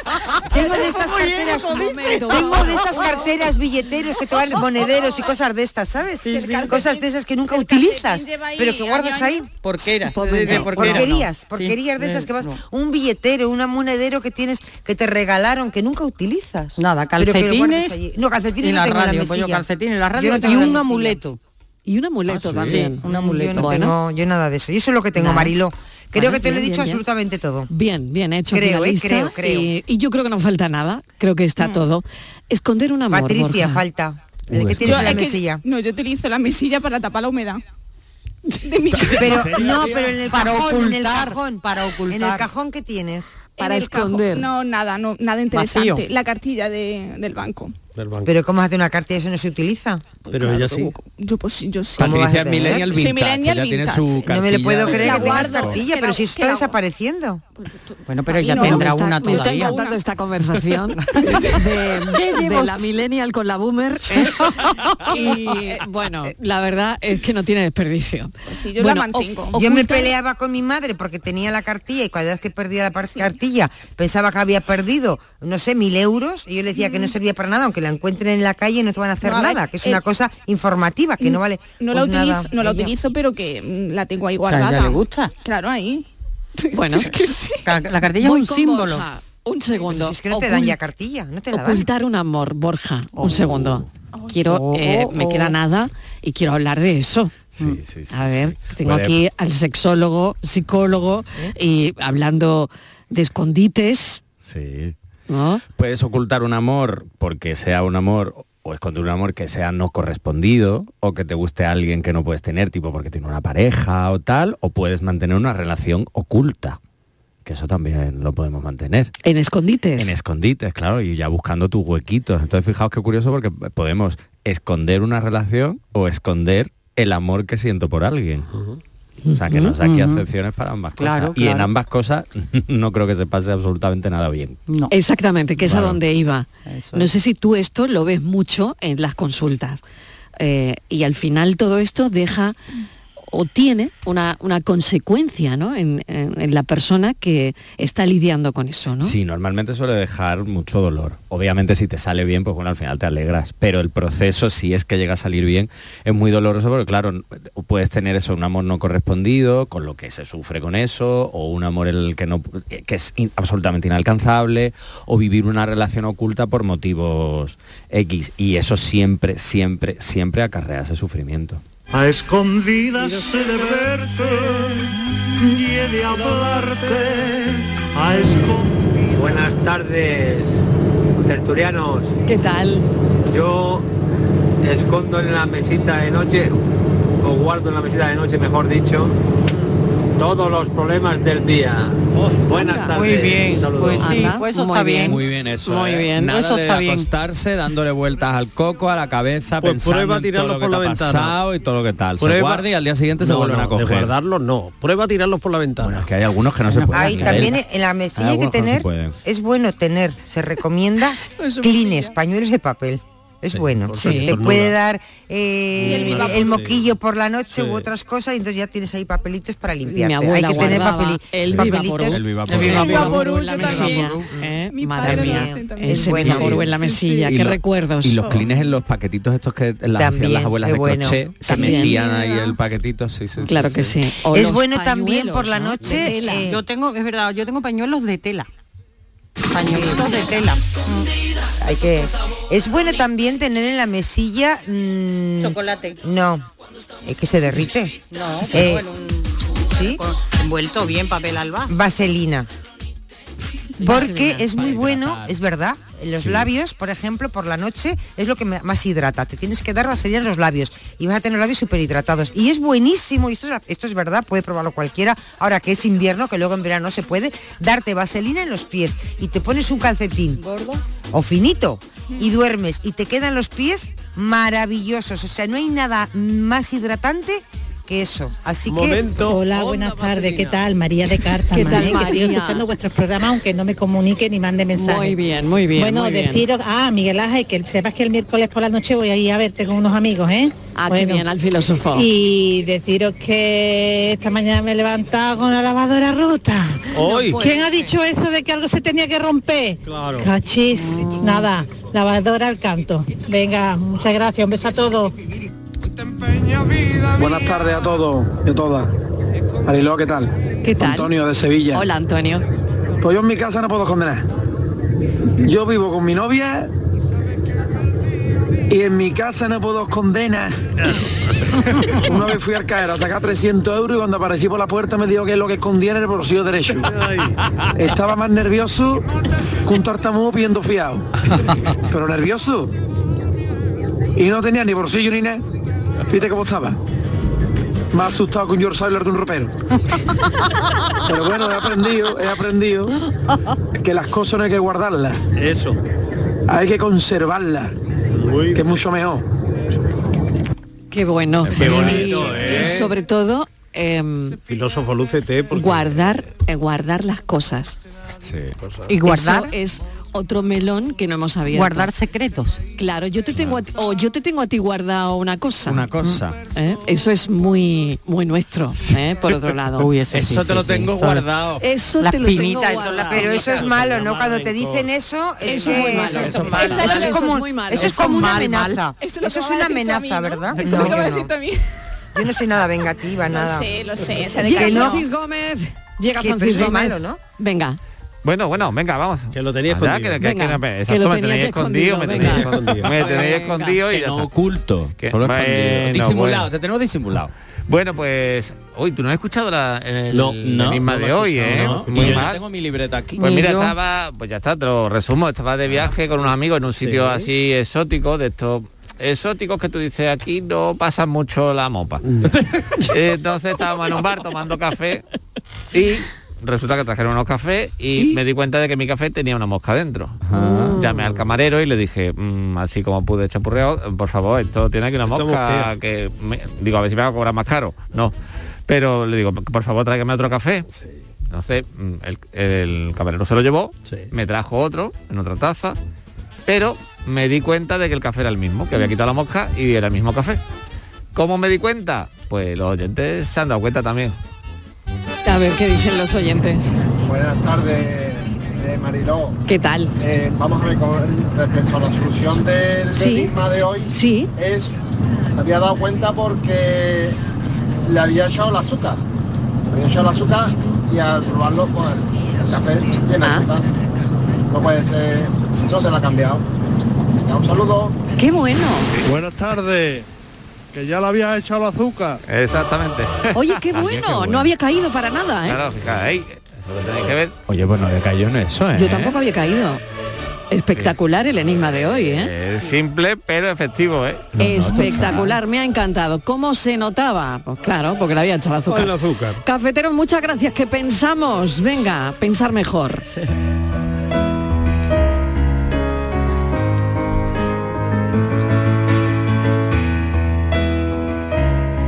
Speaker 7: tengo de estas
Speaker 6: Muy
Speaker 7: carteras,
Speaker 6: higiénico, dice.
Speaker 7: tengo de estas carteras billeteros que te van monederos y cosas de estas, ¿sabes? Cosas de esas que nunca utilizas,
Speaker 6: lleva ahí
Speaker 7: pero que guardas
Speaker 6: año,
Speaker 7: ahí.
Speaker 6: Porqueras, eh,
Speaker 7: Pobre
Speaker 6: de- de
Speaker 7: no.
Speaker 6: porquera,
Speaker 7: porquerías,
Speaker 6: no.
Speaker 7: porquerías
Speaker 6: Sí, eh,
Speaker 7: de esas que vas.
Speaker 6: no.
Speaker 7: Un billetero, un monedero que tienes, que te regalaron, que nunca utilizas. Nada,
Speaker 6: calcetines
Speaker 7: No, calcetines
Speaker 6: y
Speaker 7: no
Speaker 6: la
Speaker 7: tengo en
Speaker 6: radio,
Speaker 7: la
Speaker 6: pues yo
Speaker 7: mesilla.
Speaker 6: calcetines en la
Speaker 7: Yo
Speaker 6: radio
Speaker 7: no
Speaker 6: y
Speaker 7: tengo en la
Speaker 6: un
Speaker 7: mesilla.
Speaker 6: amuleto.
Speaker 2: Y Ah, un
Speaker 5: Ah,
Speaker 2: amuleto también.
Speaker 6: Sí, un amuleto.
Speaker 7: Yo no tengo yo nada de eso. Y eso es lo que tengo,
Speaker 2: Nada.
Speaker 7: Mariló. Creo
Speaker 2: Bueno,
Speaker 7: que te lo he
Speaker 2: bien,
Speaker 7: dicho
Speaker 2: bien, bien.
Speaker 7: absolutamente todo.
Speaker 2: Bien, bien hecho. aquí
Speaker 7: Creo,
Speaker 2: la
Speaker 7: eh,
Speaker 2: lista.
Speaker 7: creo, creo. Mm.
Speaker 2: Y, y yo creo que no falta nada. Creo que está todo. Esconder una amor.
Speaker 7: Patricia,
Speaker 2: Borja.
Speaker 7: falta. El que tienes
Speaker 10: Yo-
Speaker 7: en la
Speaker 10: es que-
Speaker 7: mesilla.
Speaker 10: no, yo utilizo la mesilla para tapar la humedad. De mi casa.
Speaker 7: Pero, no, pero en el
Speaker 10: Para
Speaker 7: cajón, en el
Speaker 10: ocultar,
Speaker 7: cajón.
Speaker 6: Para ocultar.
Speaker 7: En el cajón que tienes.
Speaker 10: En el cajón. No, nada, no, nada interesante.
Speaker 7: Vacío.
Speaker 10: La cartilla de- del banco.
Speaker 7: Pero ¿cómo hace una cartilla? Eso no se utiliza.
Speaker 4: Pues Pero ella sí.
Speaker 10: Yo pues yo sí.
Speaker 4: Patricia
Speaker 7: ¿Cómo vas a
Speaker 4: es
Speaker 7: tener?
Speaker 4: millennial Soy vintage, millennial ella tiene vintage. su
Speaker 7: No me
Speaker 4: cartilla
Speaker 7: lo puedo
Speaker 4: de-
Speaker 7: creer
Speaker 4: La
Speaker 7: que tengas
Speaker 4: guardo,
Speaker 7: cartilla, pero si está desapareciendo.
Speaker 6: Bueno, pero ya
Speaker 2: No,
Speaker 6: tendrá
Speaker 2: me está-
Speaker 6: una
Speaker 2: Me está
Speaker 6: todavía.
Speaker 2: encantando esta conversación de, de la millennial con la boomer. ¿eh? Y bueno, la verdad es que no tiene desperdicio.
Speaker 10: Pues
Speaker 2: Bueno, o-
Speaker 7: yo me
Speaker 2: ocultar-
Speaker 7: peleaba con mi madre porque tenía la cartilla y cada vez que perdía la par- cartilla pensaba que había perdido, no sé, mil euros y yo le decía que no servía para nada, aunque la encuentren en la calle no te van a hacer
Speaker 10: Mm. No, a ver,
Speaker 7: nada, que es
Speaker 10: eh,
Speaker 7: una cosa informativa, que no vale.
Speaker 10: No la
Speaker 7: pues nada,
Speaker 10: utilizo, no la
Speaker 7: ella.
Speaker 10: utilizo, pero que mm, la tengo ahí
Speaker 7: Claro, ya
Speaker 10: guardada.
Speaker 7: le
Speaker 6: gusta.
Speaker 10: Claro, ahí.
Speaker 2: Bueno,
Speaker 6: Ca- La cartilla es
Speaker 2: Voy
Speaker 6: un
Speaker 2: con
Speaker 6: símbolo.
Speaker 2: Borja. Un segundo.
Speaker 7: Si es que no te dan
Speaker 2: Ocult-
Speaker 7: ya cartilla, no te la dan.
Speaker 2: Ocultar un amor, Borja. Un segundo. Quiero, eh, me queda nada y quiero hablar de eso. Mm. a ver, tengo
Speaker 5: Vale.
Speaker 2: aquí al sexólogo, psicólogo y hablando de escondites,
Speaker 5: Sí.
Speaker 2: ¿no?
Speaker 5: Puedes ocultar un amor porque sea un amor o esconder un amor que sea no correspondido o que te guste a alguien que no puedes tener, tipo porque tiene una pareja o tal, o puedes mantener una relación oculta, que eso también lo podemos mantener.
Speaker 2: En escondites.
Speaker 5: En escondites, claro, y ya buscando tus huequitos. Entonces, fijaos qué curioso porque podemos esconder una relación o esconder el amor que siento por alguien. O sea,
Speaker 2: Mm,
Speaker 5: que nos da aquí
Speaker 2: Ujú.
Speaker 5: acepciones para ambas
Speaker 2: Claro,
Speaker 5: cosas. Y en
Speaker 2: claro.
Speaker 5: ambas cosas no creo que se pase absolutamente nada bien.
Speaker 2: Exactamente, que es a
Speaker 5: Claro.
Speaker 2: donde iba.
Speaker 5: Eso
Speaker 2: No
Speaker 5: es.
Speaker 2: sé si tú esto lo ves mucho en las consultas. Eh, y al final todo esto deja o tiene una, una consecuencia ¿no? en, en- en la persona que está lidiando con eso, ¿no?
Speaker 5: Sí, normalmente suele dejar mucho dolor. Obviamente si te sale bien, pues bueno, al final te alegras. Pero el proceso, si es que llega a salir bien, es muy doloroso porque claro, n- puedes tener eso, un amor no correspondido, con lo que se sufre con eso, o un amor en el que, no, eh, que es in- absolutamente inalcanzable, o vivir una relación oculta por motivos X. Y eso siempre, siempre, siempre acarrea ese sufrimiento.
Speaker 8: A escondidas he de verte y he de hablarte a escondidas. Buenas tardes, tertulianos.
Speaker 2: ¿Qué tal?
Speaker 8: Yo escondo en la mesita de noche, o guardo en la mesita de noche, mejor dicho, todos los problemas del día. Buenas
Speaker 6: anda.
Speaker 8: tardes.
Speaker 6: Muy bien,
Speaker 8: un saludo.
Speaker 6: pues sí, Anda, pues eso muy está bien. bien.
Speaker 5: Muy bien eso.
Speaker 6: Muy
Speaker 5: ¿eh?
Speaker 6: bien,
Speaker 5: Nada
Speaker 6: eso
Speaker 5: de
Speaker 6: está bien.
Speaker 5: acostarse dándole vueltas al coco, a la cabeza,
Speaker 4: Pues
Speaker 5: pensando
Speaker 4: prueba
Speaker 5: en
Speaker 4: a tirarlo
Speaker 5: todo lo
Speaker 4: por
Speaker 5: que
Speaker 4: la
Speaker 5: te ha
Speaker 4: ventana.
Speaker 5: pasado y todo lo que tal. Se guarda y al día siguiente se
Speaker 4: No,
Speaker 5: vuelven
Speaker 4: no,
Speaker 5: a coger.
Speaker 4: De guardarlos no. Prueba a tirarlos por la ventana.
Speaker 5: Es que hay algunos que no se pueden.
Speaker 7: Ahí
Speaker 5: Miguel.
Speaker 7: también en la mesilla
Speaker 5: Hay
Speaker 7: hay que
Speaker 5: algunos no se
Speaker 7: tener,
Speaker 5: pueden.
Speaker 7: es bueno tener, se recomienda clines, pañuelos de papel. Es bueno,
Speaker 4: porque
Speaker 7: te
Speaker 4: estornuda.
Speaker 7: puede dar eh,
Speaker 4: Y el
Speaker 7: el,
Speaker 4: vivapo, sí.
Speaker 7: moquillo por la
Speaker 4: Sí.
Speaker 7: noche u otras cosas y entonces ya tienes ahí papelitos para limpiarte. Hay
Speaker 2: abuela
Speaker 7: que tener
Speaker 2: guardaba
Speaker 7: papeli-
Speaker 2: el
Speaker 7: papelitos.
Speaker 2: Vivaporú. El Vivaporú. El Vivaporú en la
Speaker 7: El
Speaker 2: mesilla.
Speaker 7: Vivaporú.
Speaker 2: ¿eh?
Speaker 7: Mi
Speaker 2: Madre
Speaker 7: padre lo
Speaker 2: mía,
Speaker 7: hacen también.
Speaker 2: ese
Speaker 7: Es bueno.
Speaker 2: Vivaporú en la mesilla,
Speaker 5: Y
Speaker 2: qué
Speaker 5: lo-
Speaker 2: recuerdos.
Speaker 5: Y los clines en los paquetitos estos que las, hacían
Speaker 2: También,
Speaker 5: las abuelas
Speaker 2: qué
Speaker 5: de
Speaker 2: bueno.
Speaker 5: crochet, que
Speaker 2: También.
Speaker 5: metían ahí el paquetito, sí, sí. sí,
Speaker 2: Claro
Speaker 5: sí.
Speaker 2: que sí.
Speaker 7: es bueno también por la noche. eh,
Speaker 9: yo tengo, es verdad, yo tengo pañuelos de tela. Pañuelitos de tela.
Speaker 7: hay que, es bueno también tener en la mesilla. mm,
Speaker 9: Chocolate.
Speaker 7: No, es que se derrite.
Speaker 9: No,
Speaker 7: Eh,
Speaker 9: pero bueno, un- con- envuelto bien papel alba.
Speaker 7: Vaselina. Porque
Speaker 9: Vaselina,
Speaker 7: es muy bueno,
Speaker 9: hidratar.
Speaker 7: es verdad. en Los
Speaker 9: Sí.
Speaker 7: labios, por ejemplo, por la noche es lo que me- más hidrata. Te tienes que dar vaselina en los labios y vas a tener los labios súper hidratados. Y es buenísimo, y esto es, esto es verdad, puede probarlo cualquiera. Ahora que es invierno, que luego en verano se puede, darte vaselina en los pies y te pones un calcetín o finito y duermes y te quedan los pies maravillosos. O sea, no hay nada más hidratante que eso. Así que...
Speaker 6: Hola, buenas tardes. ¿Qué tal? María de Carta.
Speaker 7: ¿Qué tal,
Speaker 6: Estoy
Speaker 7: María?
Speaker 6: escuchando vuestros programas, aunque no me comunique ni mande mensajes.
Speaker 2: Muy bien, muy bien,
Speaker 6: Bueno,
Speaker 2: muy bien.
Speaker 6: deciros, ah, Miguel Ángel, que sepas que el miércoles por la noche voy a ir a verte con unos amigos, ¿eh?
Speaker 2: Ah, qué bien, al filósofo.
Speaker 6: Y deciros que esta mañana me he levantado con la lavadora rota.
Speaker 4: Hoy.
Speaker 6: ¿Quién ha dicho eso de que algo se tenía que romper?
Speaker 4: Claro.
Speaker 6: Cachis,
Speaker 2: Mm.
Speaker 6: nada, lavadora al canto. Venga, muchas gracias, un beso a todos.
Speaker 23: Buenas tardes a todos y a todas. Mariló, ¿qué tal?
Speaker 2: ¿Qué tal?
Speaker 23: Antonio de Sevilla.
Speaker 2: Hola, Antonio.
Speaker 23: Pues yo en mi casa no puedo condenar. Yo vivo con mi novia y en mi casa no puedo condenar. Una vez fui al caer a sacar 300 euros y cuando aparecí por la puerta me dijo que lo que escondía era el bolsillo derecho. Estaba más nervioso que un tartamudo pidiendo fiado. Pero nervioso. Y no tenía ni bolsillo ni nada. Fíjate cómo estaba. Más asustado que un George Sailor de un ropero. Pero bueno, he aprendido, he aprendido que las cosas no hay que guardarlas.
Speaker 4: Eso.
Speaker 23: Hay que conservarlas. que es mucho mejor.
Speaker 2: Qué bueno.
Speaker 23: Qué bonito,
Speaker 2: Y-
Speaker 23: ¿eh?
Speaker 2: y sobre todo, em,
Speaker 4: Filósofo, lúcete. Porque...
Speaker 2: guardar, eh, guardar las cosas.
Speaker 4: Sí, cosas.
Speaker 2: Eso es otro melón que no hemos abierto.
Speaker 9: Guardar
Speaker 2: secretos. Claro, yo te tengo a ti- o yo te tengo a ti guardado una cosa.
Speaker 5: Una cosa.
Speaker 2: ¿eh? Eso es muy muy nuestro, ¿eh? por otro lado.
Speaker 5: Uy, eso Eso sí, te sí, lo sí. tengo Son- guardado.
Speaker 2: Eso
Speaker 5: Las
Speaker 2: te lo
Speaker 5: pinitas,
Speaker 2: tengo
Speaker 5: son
Speaker 2: guardado.
Speaker 5: las
Speaker 7: Pero eso es malo, ¿no? Cuando te dicen eso, es
Speaker 2: Eso
Speaker 7: que-
Speaker 2: es muy malo.
Speaker 7: eso, es
Speaker 2: Eso es
Speaker 7: malo.
Speaker 2: malo.
Speaker 7: Eso es
Speaker 2: Eso
Speaker 7: como,
Speaker 2: es muy malo.
Speaker 7: eso es
Speaker 2: Eso es
Speaker 7: como una
Speaker 2: mal, mal.
Speaker 7: amenaza.
Speaker 2: Eso
Speaker 7: Eso,
Speaker 2: es lo que
Speaker 7: es
Speaker 2: me
Speaker 7: una
Speaker 2: acabas de decir tú a
Speaker 7: amenaza,
Speaker 2: mí, ¿no?
Speaker 7: ¿verdad?
Speaker 2: Eso es lo que me acabas de
Speaker 7: yo
Speaker 2: decir tú a
Speaker 7: Yo no soy nada vengativa,
Speaker 2: No
Speaker 7: nada.
Speaker 2: sé, lo sé,
Speaker 7: Que
Speaker 2: se deja
Speaker 7: no.
Speaker 2: Francis Gómez. Llega
Speaker 7: Que- pero
Speaker 2: Francis
Speaker 7: eso es
Speaker 2: Gómez.
Speaker 7: malo, ¿no?
Speaker 2: Venga.
Speaker 8: Bueno, bueno, venga, vamos.
Speaker 4: Que lo tenía
Speaker 8: Anda,
Speaker 4: escondido.
Speaker 8: Que, que- que
Speaker 4: Venga,
Speaker 8: no-
Speaker 4: que
Speaker 8: exacto,
Speaker 4: lo
Speaker 8: me
Speaker 4: tenía
Speaker 8: tenéis escondido, me
Speaker 4: escondido,
Speaker 8: tenéis
Speaker 4: venga.
Speaker 8: escondido. Me tenéis
Speaker 4: Venga.
Speaker 8: escondido y
Speaker 5: Que
Speaker 8: ya
Speaker 5: no
Speaker 8: está.
Speaker 5: oculto,
Speaker 8: Que-
Speaker 5: solo escondido.
Speaker 8: bueno,
Speaker 5: Disimulado,
Speaker 8: bueno.
Speaker 5: te tenemos disimulado.
Speaker 8: Bueno, pues... Hoy, ¿tú no has escuchado la, el,
Speaker 5: No,
Speaker 8: el
Speaker 5: no,
Speaker 8: enigma
Speaker 5: no lo
Speaker 8: de
Speaker 5: he
Speaker 8: hoy, eh?
Speaker 5: escuchado, no. Y yo ya tengo mi libreta aquí.
Speaker 8: Pues
Speaker 5: Ni
Speaker 8: mira,
Speaker 5: yo.
Speaker 8: estaba, pues ya está, te lo resumo, estaba de viaje con unos amigos en un sitio así exótico, de estos exóticos que tú dices, aquí no pasa mucho la mopa.
Speaker 5: Mm.
Speaker 8: Entonces estábamos en un bar tomando café y resulta que trajeron unos cafés y, me di cuenta de que mi café tenía una mosca dentro.
Speaker 5: Ah.
Speaker 8: Llamé al camarero y le dije, "Mm, así como pude chapurreo, por favor, esto tiene aquí una
Speaker 4: Esto
Speaker 8: mosca
Speaker 4: mosquea.
Speaker 8: que me- digo, a ver si me va a cobrar más caro. No. Pero le digo, por favor, tráigame otro café. Entonces, mm, el, el camarero se lo llevó, me trajo otro en otra taza, pero me di cuenta de que el café era el mismo, que había quitado la mosca y era el mismo café. ¿Cómo me di cuenta? Pues los oyentes se han dado cuenta también.
Speaker 2: A ver qué dicen los oyentes.
Speaker 24: Buenas tardes, eh, Mariló.
Speaker 2: ¿Qué tal?
Speaker 24: Eh, vamos a ver, con respecto a la solución del
Speaker 2: Sí.
Speaker 24: enigma de hoy, es, se había dado cuenta porque le había echado el azúcar. Le había echado el azúcar y al probarlo, pues, el café tiene
Speaker 2: Ah.
Speaker 24: azúcar. No puede ser, no se la ha cambiado. Da Un saludo.
Speaker 2: Qué bueno.
Speaker 24: Buenas tardes. Que ya le había echado el azúcar.
Speaker 8: Exactamente.
Speaker 2: Oye, qué bueno, no había caído para nada, ¿eh?
Speaker 8: Claro, fijaos, ahí, eso lo tenéis que ver.
Speaker 5: Oye, pues no había caído en eso, ¿eh?
Speaker 2: Yo tampoco había caído. Espectacular el enigma de hoy, ¿eh?
Speaker 8: Es simple pero efectivo, ¿eh?
Speaker 2: Espectacular, me ha encantado. ¿Cómo se notaba? Pues claro, porque le había echado el azúcar.
Speaker 8: Con el azúcar.
Speaker 2: Cafeteros, muchas gracias, que pensamos. Venga, pensar mejor.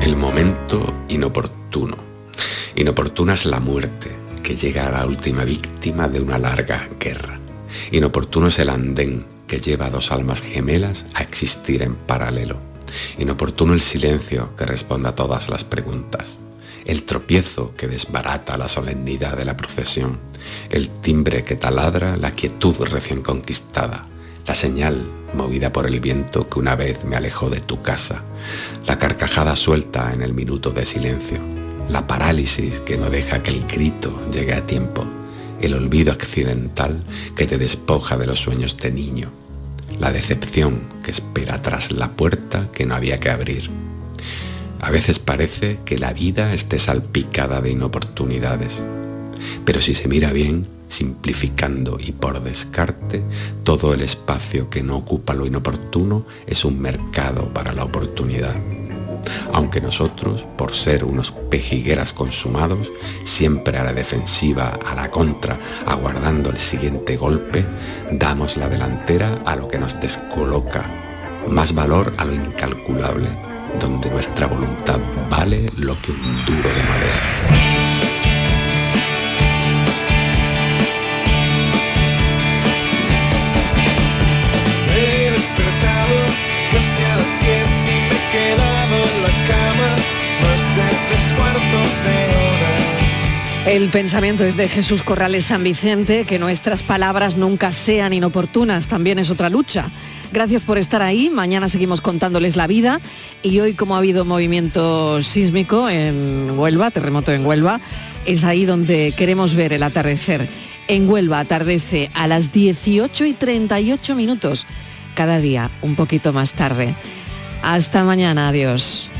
Speaker 22: El momento inoportuno. Inoportuna es la muerte, que llega a la última víctima de una larga guerra. Inoportuno es el andén, que lleva a dos almas gemelas a existir en paralelo. Inoportuno el silencio que responde a todas las preguntas. El tropiezo que desbarata la solemnidad de la procesión. El timbre que taladra la quietud recién conquistada. La señal movida por el viento que una vez me alejó de tu casa. La carcajada suelta en el minuto de silencio. La parálisis que no deja que el grito llegue a tiempo el olvido accidental que te despoja de los sueños de niño, la decepción que espera tras la puerta que no había que abrir. A veces parece que la vida esté salpicada de inoportunidades, pero si se mira bien, simplificando y por descarte, todo el espacio que no ocupa lo inoportuno es un mercado para la oportunidad aunque nosotros, por ser unos pejigueras consumados, siempre a la defensiva, a la contra, aguardando el siguiente golpe, damos la delantera a lo que nos descoloca, más valor a lo incalculable, donde nuestra voluntad vale lo que un duro de madera.
Speaker 3: Me he despertado casi a las 10 y me he quedado en la cama más de tres cuartos de hora.
Speaker 2: El pensamiento es de Jesús Corrales San Vicente, que nuestras palabras nunca sean inoportunas, también es otra lucha. Gracias por estar ahí, mañana seguimos contándoles la vida y hoy como ha habido movimiento sísmico en Huelva, terremoto en Huelva, es ahí donde queremos ver el atardecer. En Huelva atardece a las 18 y 38 minutos, cada día un poquito más tarde. Hasta mañana, adiós.